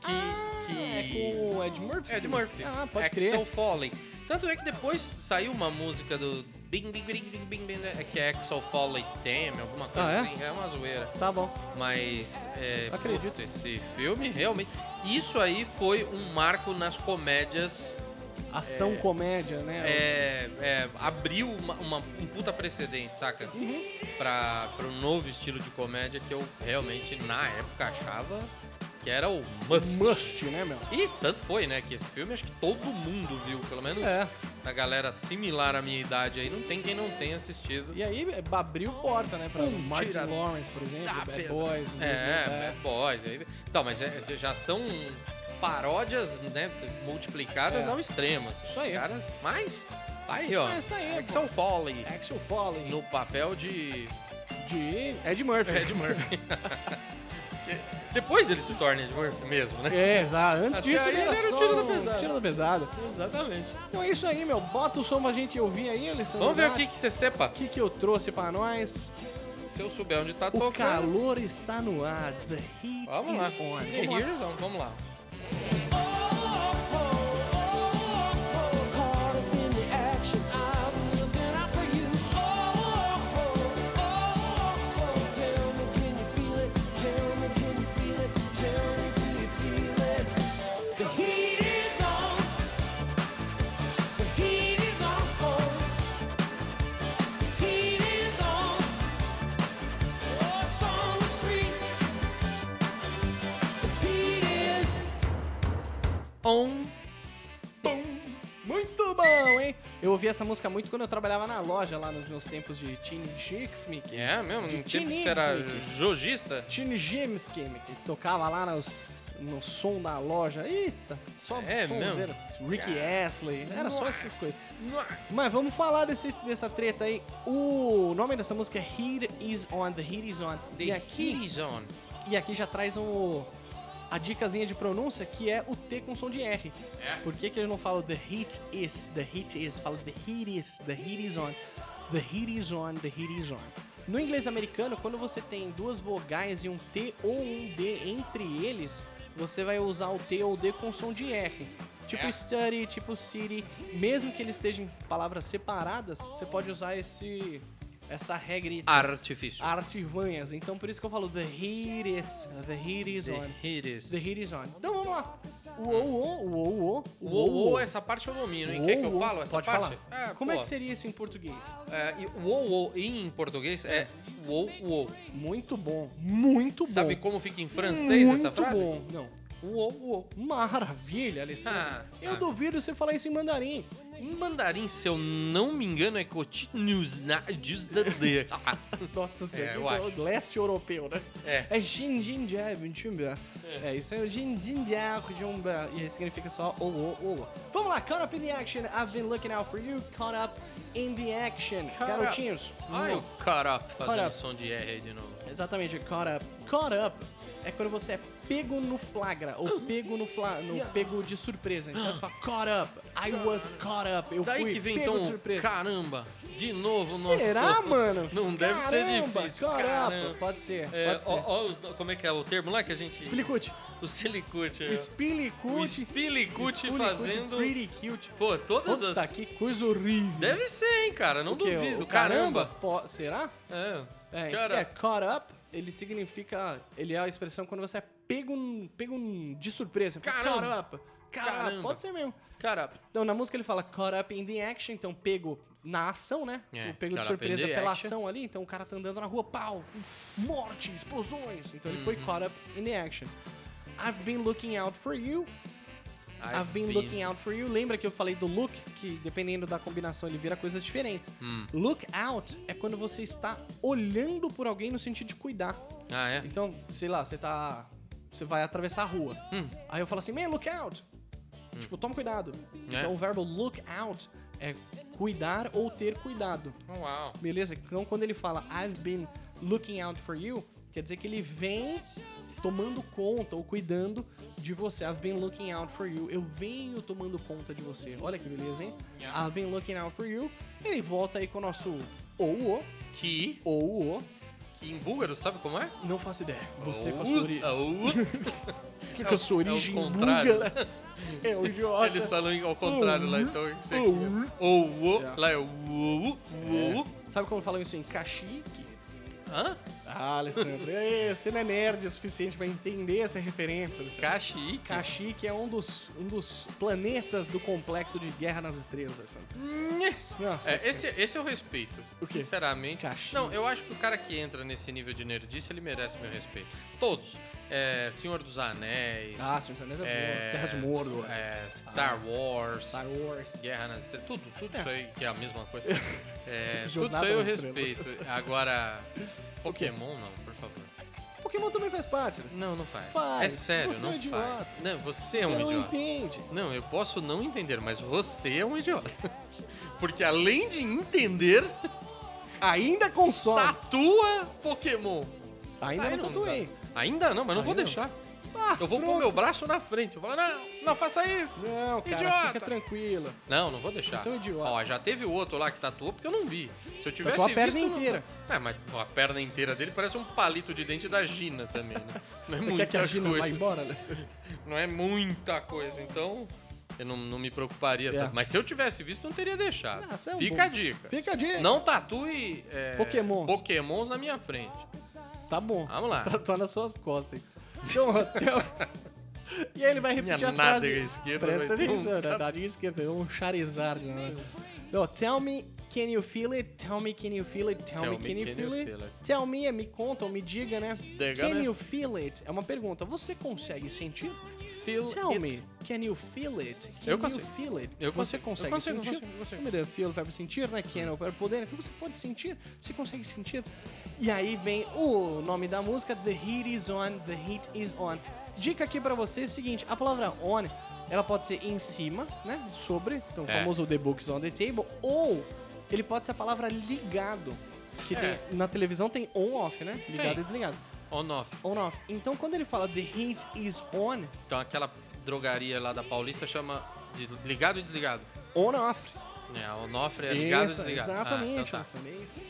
Speaker 4: Que,
Speaker 5: É
Speaker 4: que...
Speaker 5: com o Ed Murphy?
Speaker 4: Ed Murphy. É
Speaker 5: Ah, pode
Speaker 4: Axel
Speaker 5: crer.
Speaker 4: Foley. Tanto é que depois saiu uma música do Bing Bing Bing Bing Bing, Bing né, que é Axel Foley Theme, alguma coisa
Speaker 5: Ah, é?
Speaker 4: assim. É uma zoeira.
Speaker 5: Tá bom.
Speaker 4: Mas é,
Speaker 5: Acredito.
Speaker 4: puta, esse filme realmente. Isso aí foi um marco nas comédias.
Speaker 5: Ação comédia, né?
Speaker 4: É, é, abriu uma, uma- um puta precedente, saca? Pra, pra um novo estilo de comédia que eu realmente, na época, achava que era o must.
Speaker 5: Must, né, meu?
Speaker 4: E tanto foi, né? Que esse filme acho que todo mundo viu, pelo menos
Speaker 5: É.
Speaker 4: a galera similar à minha idade aí. Não tem quem não tenha assistido.
Speaker 5: E aí é, abriu porta, né? Pra
Speaker 4: Um
Speaker 5: Martin
Speaker 4: tira-
Speaker 5: Lawrence, por exemplo,
Speaker 4: Tá,
Speaker 5: Bad
Speaker 4: pesa-
Speaker 5: Boys.
Speaker 4: É,
Speaker 5: né?
Speaker 4: Bad Boys. Aí... Não, mas é- já são paródias, né, multiplicadas
Speaker 5: É.
Speaker 4: ao extremo. assim.
Speaker 5: Isso aí.
Speaker 4: Os Caras, mas, tá aí, ó.
Speaker 5: É isso aí,
Speaker 4: Axel Foley,
Speaker 5: Action Folly.
Speaker 4: no papel de
Speaker 5: De Ed Murphy.
Speaker 4: Ed Murphy. Que- Depois ele se torna Ed Murphy mesmo, né?
Speaker 5: É, exato. Antes
Speaker 4: Até
Speaker 5: disso,
Speaker 4: aí
Speaker 5: ele era,
Speaker 4: ele era o
Speaker 5: só
Speaker 4: tiro da
Speaker 5: um
Speaker 4: pesada.
Speaker 5: Tiro da pesada.
Speaker 4: Exatamente.
Speaker 5: Então é isso aí, meu. Bota o som pra gente ouvir aí, Alessandro.
Speaker 4: Vamos ver o que
Speaker 5: Zatti.
Speaker 4: que você sepa.
Speaker 5: O que, que eu trouxe pra nós?
Speaker 4: Se eu souber onde tá
Speaker 5: O
Speaker 4: tocando.
Speaker 5: calor está no ar. The heat
Speaker 4: Vamos lá.
Speaker 5: is on.
Speaker 4: The
Speaker 5: Vamos lá.
Speaker 4: Heroes on, Vamos lá.
Speaker 8: Caught up in the action, I'll be looking out for you. Oh, oh, oh, oh, tell me can you feel it? Tell me can you feel it? Tell me can you feel it? The heat is on. The heat is on. The heat is on. Oh, it's on the street. The heat is.
Speaker 4: On.
Speaker 5: Muito bom, hein? Eu ouvi essa música muito quando eu trabalhava na loja, lá nos meus tempos de Teen Chicks, Mickey.
Speaker 4: É mesmo?
Speaker 5: De
Speaker 4: Um tempo que
Speaker 5: Teenage
Speaker 4: você era
Speaker 5: Mickey.
Speaker 4: jogista?
Speaker 5: Teen James Game, que tocava lá nos, no som da loja. Eita, só
Speaker 4: É
Speaker 5: sonzeira. Ricky Astley, era só essas coisas.
Speaker 4: Não.
Speaker 5: Mas vamos falar desse, dessa treta aí. O nome dessa música é Heat Is On, The Heat Is On.
Speaker 4: The
Speaker 5: e, aqui,
Speaker 4: Heroes on.
Speaker 5: e aqui já traz um, a dicasinha de pronúncia, que é o T com som de R.
Speaker 4: É.
Speaker 5: Por que, que ele não fala The Heat Is, The Heat Is, fala The Heat Is, The Heat Is On, The Heat Is On, The Heat Is On. No inglês americano, quando você tem duas vogais e um T ou um D entre eles, você vai usar o T ou D com som de R. Tipo
Speaker 4: É.
Speaker 5: study, tipo city, mesmo que eles estejam em palavras separadas, você pode usar esse essa regrita.
Speaker 4: Artifício.
Speaker 5: Artimanhas. Então por isso que eu falo The Heat is, the heat is on.
Speaker 4: The Hits.
Speaker 5: The Heat is on. Então vamos lá. O ou o ou o é assim,
Speaker 4: O ou, ou, essa parte eu domino, hein? Quer que eu falo essa
Speaker 5: Pode
Speaker 4: parte?
Speaker 5: falar.
Speaker 4: Ah,
Speaker 5: Como é
Speaker 4: pô,
Speaker 5: que seria isso em português?
Speaker 4: é, e o ou, ou em português é uou, uou.
Speaker 5: Muito bom. Muito bom.
Speaker 4: Sabe como fica em francês
Speaker 5: Muito
Speaker 4: essa frase?
Speaker 5: bom. Não.
Speaker 4: Uou, uou.
Speaker 5: Maravilha, Alessandro.
Speaker 4: Ah,
Speaker 5: eu
Speaker 4: ah.
Speaker 5: duvido você falar isso em mandarim.
Speaker 4: Em mandarim, se eu não me engano, é continuous na just the day.
Speaker 5: Nossa senhora,
Speaker 4: eu
Speaker 5: isso é
Speaker 4: acho.
Speaker 5: o leste europeu, né?
Speaker 4: É.
Speaker 5: É Jin Jin Jab, Jumba. É, isso aí, o Jin Jin Jab, Jumba. E aí significa só ou ou ou. Vamos lá, caught up in the action. I've been looking out for you, caught up in the action.
Speaker 4: Caught up.
Speaker 5: Garotinhos.
Speaker 4: Ai, o cara fazendo
Speaker 5: up.
Speaker 4: som de R aí de novo.
Speaker 5: Exatamente, caught up. Caught up é quando você é pego no flagra, ou pego no, fla, no pego de surpresa. Então você fala, caught up, I was caught up. Eu
Speaker 4: Daí
Speaker 5: fui
Speaker 4: que vem
Speaker 5: pego
Speaker 4: então,
Speaker 5: de
Speaker 4: o
Speaker 5: surpresa.
Speaker 4: caramba, de novo, nossa.
Speaker 5: Será, mano?
Speaker 4: Não deve ser
Speaker 5: Caramba,
Speaker 4: difícil,
Speaker 5: Caught
Speaker 4: caramba.
Speaker 5: up. Pode ser,
Speaker 4: É,
Speaker 5: pode ser.
Speaker 4: ó, ó os- como é que é o termo lá que a gente...
Speaker 5: Explicute.
Speaker 4: O silicute.
Speaker 5: O
Speaker 4: é. O
Speaker 5: Spillicute.
Speaker 4: Spillicute
Speaker 5: Spillicute
Speaker 4: fazendo...
Speaker 5: Pretty cute.
Speaker 4: Pô, todas
Speaker 5: Puta,
Speaker 4: as...
Speaker 5: que coisa horrível.
Speaker 4: Deve ser, hein, cara, não
Speaker 5: Porque
Speaker 4: duvido.
Speaker 5: o
Speaker 4: Caramba.
Speaker 5: po- será?
Speaker 4: É,
Speaker 5: É,
Speaker 4: cara,
Speaker 5: é, caught up, ele significa... Ele é a expressão quando você é pego, um- pego um- de surpresa.
Speaker 4: Caramba.
Speaker 5: Caught up. Caught
Speaker 4: Caramba.
Speaker 5: up. Pode ser mesmo.
Speaker 4: cara,
Speaker 5: Então, na música ele fala caught up in the action, então pego na ação, né?
Speaker 4: É,
Speaker 5: O pego de
Speaker 4: caught up in
Speaker 5: surpresa
Speaker 4: the
Speaker 5: pela
Speaker 4: action.
Speaker 5: ação ali, então o cara tá andando na rua, pau, morte, explosões. Então ele foi
Speaker 4: Uhum.
Speaker 5: caught up in the action. I've been looking out for you, I've, been, looking out for you. Lembra que eu falei do look, que dependendo da combinação ele vira coisas diferentes.
Speaker 4: Hum.
Speaker 5: Look out é quando você está olhando por alguém no sentido de cuidar.
Speaker 4: Ah, é?
Speaker 5: Então, sei lá, você tá. Você vai atravessar a rua.
Speaker 4: Hum.
Speaker 5: Aí eu falo assim, man, look out! Tipo, toma cuidado.
Speaker 4: É.
Speaker 5: Então o verbo look out é cuidar ou ter cuidado.
Speaker 4: Uau.
Speaker 5: Beleza? Então quando ele fala I've been looking out for you, quer dizer que ele vem tomando conta ou cuidando de você. I've been looking out for you. Eu venho tomando conta de você. Olha que beleza, hein?
Speaker 4: Yeah.
Speaker 5: I've been looking out for you. Ele volta aí com o nosso ou o,
Speaker 4: Que,
Speaker 5: ou o.
Speaker 4: que em búlgaro, sabe como é?
Speaker 5: Não faço ideia. Você com a
Speaker 4: Ou-
Speaker 5: sua ori-
Speaker 4: ou-
Speaker 5: você com a sua
Speaker 4: é o
Speaker 5: origem
Speaker 4: contrário.
Speaker 5: búlgara. É o idiota.
Speaker 4: Eles falam ao contrário lá, então isso aqui.
Speaker 5: Ou-
Speaker 4: é- Ou, ou,
Speaker 5: É.
Speaker 4: lá é ou, ou,
Speaker 5: Sabe como falam isso em cachique?
Speaker 4: hã?
Speaker 5: Ah, Alessandro, é, você não é nerd o suficiente pra entender essa referência, Alessandro.
Speaker 4: Caxique.
Speaker 5: Kashyyyk é um dos, um dos planetas do complexo de Guerra nas Estrelas. sabe? Nossa,
Speaker 4: É, esse, esse eu respeito,
Speaker 5: O quê?
Speaker 4: sinceramente.
Speaker 5: Caxique.
Speaker 4: Não, eu acho que o cara que entra nesse nível de nerdice, ele merece meu respeito. Todos. É, Senhor dos Anéis.
Speaker 5: Ah, Senhor dos Anéis é,
Speaker 4: é,
Speaker 5: bom, as Terras de Mordor, Ah.
Speaker 4: é, Star Wars.
Speaker 5: Star Wars.
Speaker 4: Guerra nas Estrelas, tudo, tudo isso aí, que é a mesma coisa. É, tudo isso
Speaker 5: Jornada
Speaker 4: aí eu
Speaker 5: nas Estrelas.
Speaker 4: respeito. Agora, Pokémon não, por favor.
Speaker 5: Pokémon também faz parte. né? Você
Speaker 4: Não, não faz.
Speaker 5: Faz.
Speaker 4: É sério,
Speaker 5: Você é
Speaker 4: não
Speaker 5: um idiota.
Speaker 4: faz. Não, você é um
Speaker 5: não
Speaker 4: idiota.
Speaker 5: entende.
Speaker 4: Não, eu posso não entender, mas você é um idiota. Porque além de entender, tá,
Speaker 5: Ainda consome.
Speaker 4: tatua Pokémon.
Speaker 5: Ainda
Speaker 4: Aí
Speaker 5: não tatuei.
Speaker 4: dá. Ainda não, mas não vou
Speaker 5: Ainda não.
Speaker 4: deixar.
Speaker 5: Ah,
Speaker 4: tá, Eu vou pôr meu braço na frente. Eu vou falar, não, não faça isso.
Speaker 5: Não, cara,
Speaker 4: Idiota.
Speaker 5: fica tranquila.
Speaker 4: Não, não vou deixar.
Speaker 5: Você é um idiota.
Speaker 4: Ó, já teve o outro lá que tatuou porque eu não vi. Se eu tivesse
Speaker 5: Tatuou a perna
Speaker 4: visto, eu não-
Speaker 5: inteira.
Speaker 4: É, mas a perna inteira dele parece um palito de dente da Gina também, né? Não é
Speaker 5: Você
Speaker 4: muita
Speaker 5: quer que a Gina
Speaker 4: coisa.
Speaker 5: vá embora, né? Alessandro?
Speaker 4: Não é muita coisa, então eu não, não me preocuparia.
Speaker 5: É.
Speaker 4: tanto. Mas se eu tivesse visto, não teria deixado.
Speaker 5: Ah, você é um
Speaker 4: Fica
Speaker 5: bom.
Speaker 4: a dica.
Speaker 5: Fica a dica.
Speaker 4: Não tatue é,
Speaker 5: Pokémons.
Speaker 4: Pokémons na minha frente.
Speaker 5: Tá bom.
Speaker 4: Vamos lá.
Speaker 5: Tatuar nas suas costas. Então, até... o- E aí ele vai
Speaker 4: Minha
Speaker 5: repetir a frase.
Speaker 4: nádega esquerda
Speaker 5: Presta
Speaker 4: vai ter um
Speaker 5: atenção, né? Nariz esquerdo, é um Charizard. Né? Não, tell me, can you feel it? Tell me, can you feel it? Tell, me, can, you feel, it? Tell me é me conta ou me diga, né?
Speaker 4: Diga,
Speaker 5: can
Speaker 4: né?
Speaker 5: you feel it? É uma pergunta. Você consegue sentir?
Speaker 4: Feel
Speaker 5: Tell
Speaker 4: it.
Speaker 5: me, can you feel it? Can
Speaker 4: Eu
Speaker 5: you
Speaker 4: consigo.
Speaker 5: feel it?
Speaker 4: Eu
Speaker 5: você
Speaker 4: consigo, eu consigo,
Speaker 5: consegue
Speaker 4: eu
Speaker 5: sentir?
Speaker 4: consigo, eu consigo.
Speaker 5: Como ele é feel vai sentir, né? Can é o verbo poder. Então você pode sentir, você consegue sentir. E aí vem o nome da música, The Heat Is On, The Heat Is On. Dica aqui pra você é o seguinte, a palavra on, ela pode ser em cima, né? Sobre, então o
Speaker 4: É.
Speaker 5: famoso The Books on the Table, ou ele pode ser a palavra ligado, que
Speaker 4: É.
Speaker 5: tem, na televisão tem on-off, né? Ligado
Speaker 4: Tem.
Speaker 5: e desligado.
Speaker 4: On-off.
Speaker 5: On-off. Então quando ele fala The Heat Is On,
Speaker 4: Então aquela drogaria lá da Paulista chama de ligado e desligado.
Speaker 5: on-off.
Speaker 4: É, o Nofre é ligado e
Speaker 5: Isso,
Speaker 4: desligado.
Speaker 5: Exatamente,
Speaker 4: Ah, então tá.
Speaker 5: Alessandro, é isso.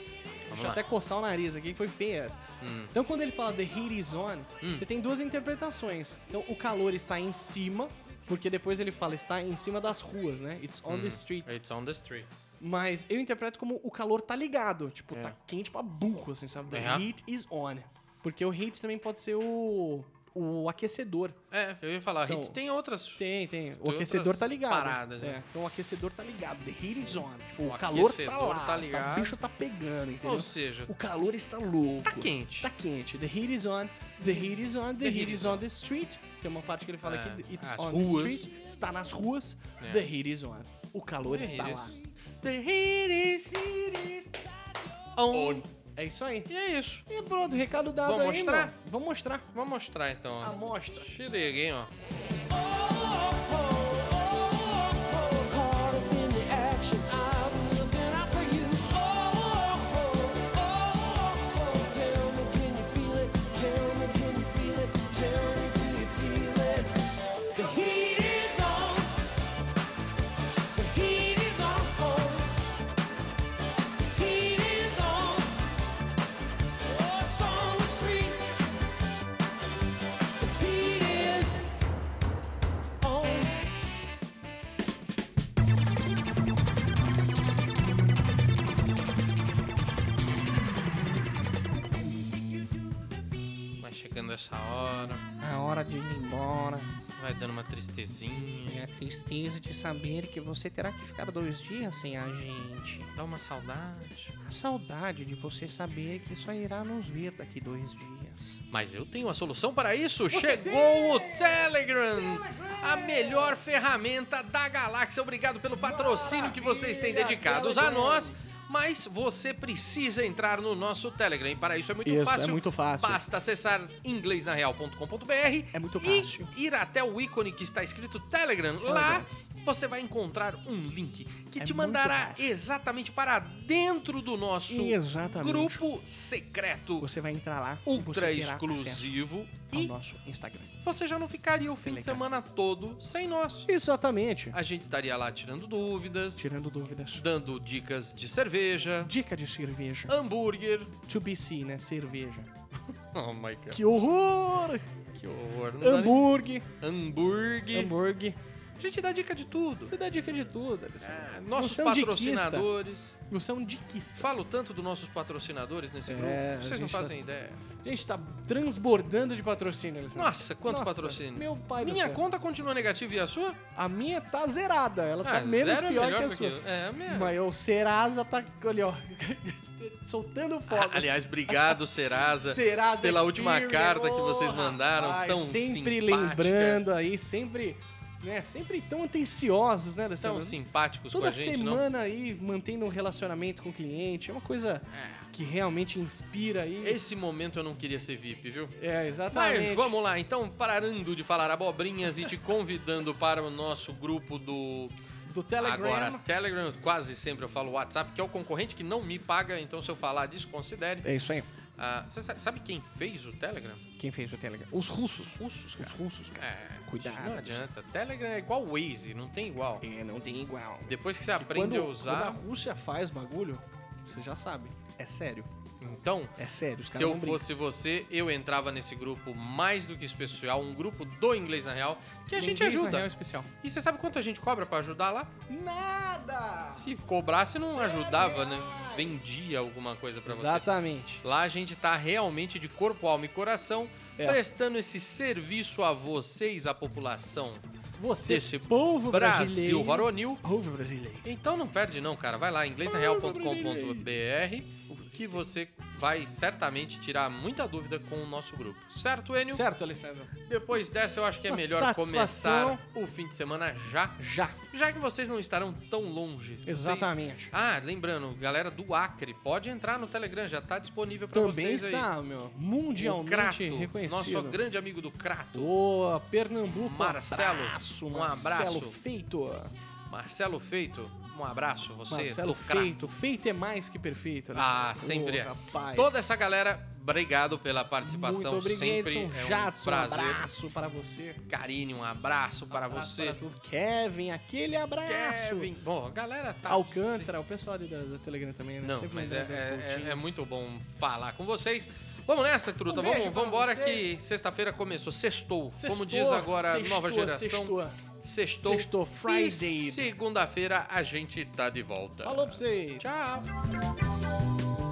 Speaker 4: Vamos
Speaker 5: Deixa eu
Speaker 4: lá.
Speaker 5: até coçar o nariz aqui, que foi feia essa.
Speaker 4: Hum.
Speaker 5: Então, quando ele fala The Heat is on, você tem duas interpretações. Então, o calor está em cima, Porque depois ele fala, está em cima das ruas, né? It's
Speaker 4: Hum.
Speaker 5: on the streets.
Speaker 4: It's on the streets.
Speaker 5: Mas eu interpreto como o calor tá ligado. Tipo,
Speaker 4: É.
Speaker 5: tá quente pra burro, assim, sabe? The
Speaker 4: É.
Speaker 5: heat is on. Porque o heat também pode ser o, o aquecedor.
Speaker 4: É, eu ia falar,
Speaker 5: Então,
Speaker 4: hits tem outras.
Speaker 5: Tem, tem. O
Speaker 4: Tem
Speaker 5: aquecedor
Speaker 4: outras
Speaker 5: tá ligado.
Speaker 4: paradas,
Speaker 5: é.
Speaker 4: né?
Speaker 5: Então o aquecedor tá ligado. The heat is on. Tipo, o,
Speaker 4: O
Speaker 5: calor tá
Speaker 4: aquecedor
Speaker 5: lá.
Speaker 4: tá
Speaker 5: O
Speaker 4: ligado.
Speaker 5: bicho tá pegando, entendeu?
Speaker 4: Ou seja,
Speaker 5: o calor está louco.
Speaker 4: tá quente.
Speaker 5: Tá quente. The heat is on. The heat is on. The, heat, is on the street. Tem uma parte que ele fala
Speaker 4: É.
Speaker 5: que it's
Speaker 4: As
Speaker 5: on
Speaker 4: ruas.
Speaker 5: the street. Está nas ruas.
Speaker 4: É.
Speaker 5: The heat is on. O calor
Speaker 4: The
Speaker 5: está
Speaker 4: heat
Speaker 5: lá.
Speaker 4: is-
Speaker 5: The heat is, heat is on. É isso aí.
Speaker 4: E é isso.
Speaker 5: E pronto, recado dado
Speaker 4: Vamos
Speaker 5: aí,
Speaker 4: mostrar?
Speaker 5: mano. Vamos mostrar.
Speaker 4: Vamos mostrar então.
Speaker 5: A
Speaker 4: ó.
Speaker 5: mostra.
Speaker 4: Cheguei, hein, ó.
Speaker 8: Caught up in the action, I'm looking out for you. Oh, oh, oh, oh, tell me, can you feel it? Tell me, can you feel it? Tell me, can you feel it? The heat is on. The heat is on. The heat is on. Oh, it's on the street. The heat is on.
Speaker 4: Vai chegando essa hora,
Speaker 5: É hora de ir embora.
Speaker 4: vai dando uma tristezinha,
Speaker 5: a tristeza de saber que você terá que ficar dois dias sem a gente.
Speaker 4: dá uma saudade.
Speaker 5: A saudade de você saber que só irá nos ver daqui dois dias.
Speaker 4: Mas eu tenho uma solução para isso. Chegou o Telegram, a melhor ferramenta da galáxia. Obrigado pelo patrocínio que vocês têm
Speaker 5: Maravilha,
Speaker 4: dedicados a
Speaker 5: Telegram.
Speaker 4: nós. Mas você precisa entrar no nosso Telegram. E para isso é muito
Speaker 5: Isso, é
Speaker 4: fácil.
Speaker 5: muito fácil.
Speaker 4: Basta acessar inglesnareal.com.br
Speaker 5: É muito fácil.
Speaker 4: e ir até o ícone que está escrito Telegram. Lá você vai encontrar um link que
Speaker 5: É
Speaker 4: te
Speaker 5: muito
Speaker 4: mandará
Speaker 5: fácil.
Speaker 4: exatamente para dentro do nosso
Speaker 5: Exatamente.
Speaker 4: grupo secreto
Speaker 5: Você vai entrar lá. e você
Speaker 4: ultra
Speaker 5: terá
Speaker 4: exclusivo
Speaker 5: acesso Ao
Speaker 4: e
Speaker 5: nosso Instagram.
Speaker 4: você já não ficaria o fim de
Speaker 5: Telegram.
Speaker 4: semana todo sem nós.
Speaker 5: Exatamente.
Speaker 4: A gente estaria lá tirando dúvidas,
Speaker 5: Tirando dúvidas.
Speaker 4: dando dicas de cerveja,
Speaker 5: Dica de cerveja.
Speaker 4: hambúrguer.
Speaker 5: To be C, né? Cerveja.
Speaker 4: Oh my god,
Speaker 5: Que horror!
Speaker 4: que horror. Não dá nem-
Speaker 5: Hambúrguer.
Speaker 4: Hambúrguer.
Speaker 5: Hambúrguer.
Speaker 4: A gente dá dica de tudo.
Speaker 5: Você dá dica de tudo, Alessandro.
Speaker 4: Ah, nossos
Speaker 5: Você é um diquista.
Speaker 4: patrocinadores.
Speaker 5: Você é um diquista.
Speaker 4: Falo tanto dos nossos patrocinadores nesse
Speaker 5: É,
Speaker 4: grupo.
Speaker 5: a
Speaker 4: Vocês não
Speaker 5: gente
Speaker 4: fazem ideia.
Speaker 5: Gente, tá transbordando de patrocínio, Alessandro.
Speaker 4: Nossa, quanto
Speaker 5: Nossa,
Speaker 4: patrocínio.
Speaker 5: Meu pai do
Speaker 4: Minha
Speaker 5: céu.
Speaker 4: conta continua negativa e a sua?
Speaker 5: A minha tá zerada. Ela tá
Speaker 4: Ah,
Speaker 5: menos
Speaker 4: zero é
Speaker 5: pior
Speaker 4: melhor
Speaker 5: que a
Speaker 4: do
Speaker 5: sua.
Speaker 4: eu. É, mesmo.
Speaker 5: Mas o Serasa tá ali, ó. soltando fogo.
Speaker 4: Ah, Aliás, obrigado, Serasa.
Speaker 5: Serasa
Speaker 4: pela última
Speaker 5: Experian,
Speaker 4: carta que
Speaker 5: ô,
Speaker 4: vocês mandaram,
Speaker 5: rapaz,
Speaker 4: tão simpática.
Speaker 5: Sempre lembrando aí, sempre. Né, sempre tão atenciosos, né,
Speaker 4: São
Speaker 5: Alessandro?
Speaker 4: simpáticos com a
Speaker 5: Toda
Speaker 4: gente, não?
Speaker 5: semana aí, mantendo um relacionamento com o cliente. É uma coisa que realmente inspira aí.
Speaker 4: Esse momento eu não queria ser VIP, viu?
Speaker 5: É, exatamente.
Speaker 4: Mas vamos lá, então, parando de falar abobrinhas e te convidando para o nosso grupo do.
Speaker 5: Do Telegram.
Speaker 4: Agora, Telegram, quase sempre eu falo WhatsApp, que é o concorrente que não me paga, então se eu falar disso, considere.
Speaker 5: É isso aí.
Speaker 4: Ah, você sa- sabe quem fez o Telegram?
Speaker 5: Quem fez o Telegram? Os russos.
Speaker 4: russos,
Speaker 5: Os russos, cara.
Speaker 4: É,
Speaker 5: Cuidado.
Speaker 4: Não adianta. Telegram é igual Waze, não tem igual.
Speaker 5: É, não tem igual.
Speaker 4: Depois que você aprende
Speaker 5: quando,
Speaker 4: a
Speaker 5: Quando a
Speaker 4: usar,
Speaker 5: Rússia faz bagulho, você já sabe. É sério.
Speaker 4: então.
Speaker 5: É sério. Os
Speaker 4: Se
Speaker 5: caras
Speaker 4: eu
Speaker 5: não brincam.
Speaker 4: fosse você, eu entrava nesse grupo mais do que especial, um grupo do Inglês na Real, que a gente
Speaker 5: Ninguém na real é
Speaker 4: ajuda.
Speaker 5: especial.
Speaker 4: E você sabe quanto a gente cobra pra ajudar lá?
Speaker 5: Nada!
Speaker 4: Se cobrasse, não ajudava, né? Vendia alguma coisa pra você.
Speaker 5: Exatamente.
Speaker 4: Lá a gente tá realmente de corpo, alma e coração,
Speaker 5: É.
Speaker 4: prestando esse serviço a vocês, a população
Speaker 5: Você,
Speaker 4: Esse
Speaker 5: povo
Speaker 4: Brasil
Speaker 5: brasileiro.
Speaker 4: varonil.
Speaker 5: Povo brasileiro.
Speaker 4: Então não perde não, cara. Vai lá, inglesnareal.com.br, que você vai certamente tirar muita dúvida com o nosso grupo. Certo, Enio?
Speaker 5: Certo, Alessandro?
Speaker 4: Depois dessa, eu acho que é
Speaker 5: Uma
Speaker 4: melhor
Speaker 5: satisfação.
Speaker 4: começar o fim de semana já,
Speaker 5: Já.
Speaker 4: já que vocês não estarão tão longe. Vocês-
Speaker 5: Exatamente.
Speaker 4: Ah, lembrando, galera do Acre, pode entrar no Telegram, já tá disponível pra
Speaker 5: Também
Speaker 4: vocês aí.
Speaker 5: está, meu,
Speaker 4: o
Speaker 5: mundialmente
Speaker 4: Crato,
Speaker 5: reconhecido.
Speaker 4: nosso grande amigo do Crato,
Speaker 5: Boa, Pernambuco.
Speaker 4: Marcelo,
Speaker 5: Um abraço,
Speaker 4: um
Speaker 5: Marcelo
Speaker 4: abraço.
Speaker 5: Feito.
Speaker 4: Marcelo Feito. Um abraço, você
Speaker 5: Marcelo
Speaker 4: do Crato.
Speaker 5: Feito. Feito é mais que perfeito.
Speaker 4: Ah,
Speaker 5: Alessandro.
Speaker 4: sempre
Speaker 5: Ô,
Speaker 4: é.
Speaker 5: Rapaz.
Speaker 4: Toda essa galera, obrigado pela participação.
Speaker 5: Muito obrigado,
Speaker 4: sempre
Speaker 5: Edson
Speaker 4: é um
Speaker 5: Jatos. Um
Speaker 4: prazer.
Speaker 5: abraço para você.
Speaker 4: Karine, um abraço para
Speaker 5: Abraço
Speaker 4: você.
Speaker 5: para tu. Kevin, aquele abraço.
Speaker 4: Kevin. Bom, a galera tá.
Speaker 5: Alcântara, o pessoal ali da, da Telegram também, né?
Speaker 4: Não,
Speaker 5: Sempre
Speaker 4: mas é,
Speaker 5: lembrando do
Speaker 4: é-
Speaker 5: Coutinho.
Speaker 4: é- é muito bom falar com vocês. Vamos nessa, truta.
Speaker 5: Um beijo
Speaker 4: vamos
Speaker 5: pra
Speaker 4: vamos embora
Speaker 5: vocês.
Speaker 4: que sexta-feira começou. Sextou.
Speaker 5: Sextou,
Speaker 4: Como diz agora a
Speaker 5: sextou,
Speaker 4: nova geração.
Speaker 5: sextou.
Speaker 4: Sextou.
Speaker 5: Sextou,
Speaker 4: E
Speaker 5: Friday.
Speaker 4: segunda-feira a gente tá de volta.
Speaker 5: Falou pra vocês.
Speaker 4: Tchau.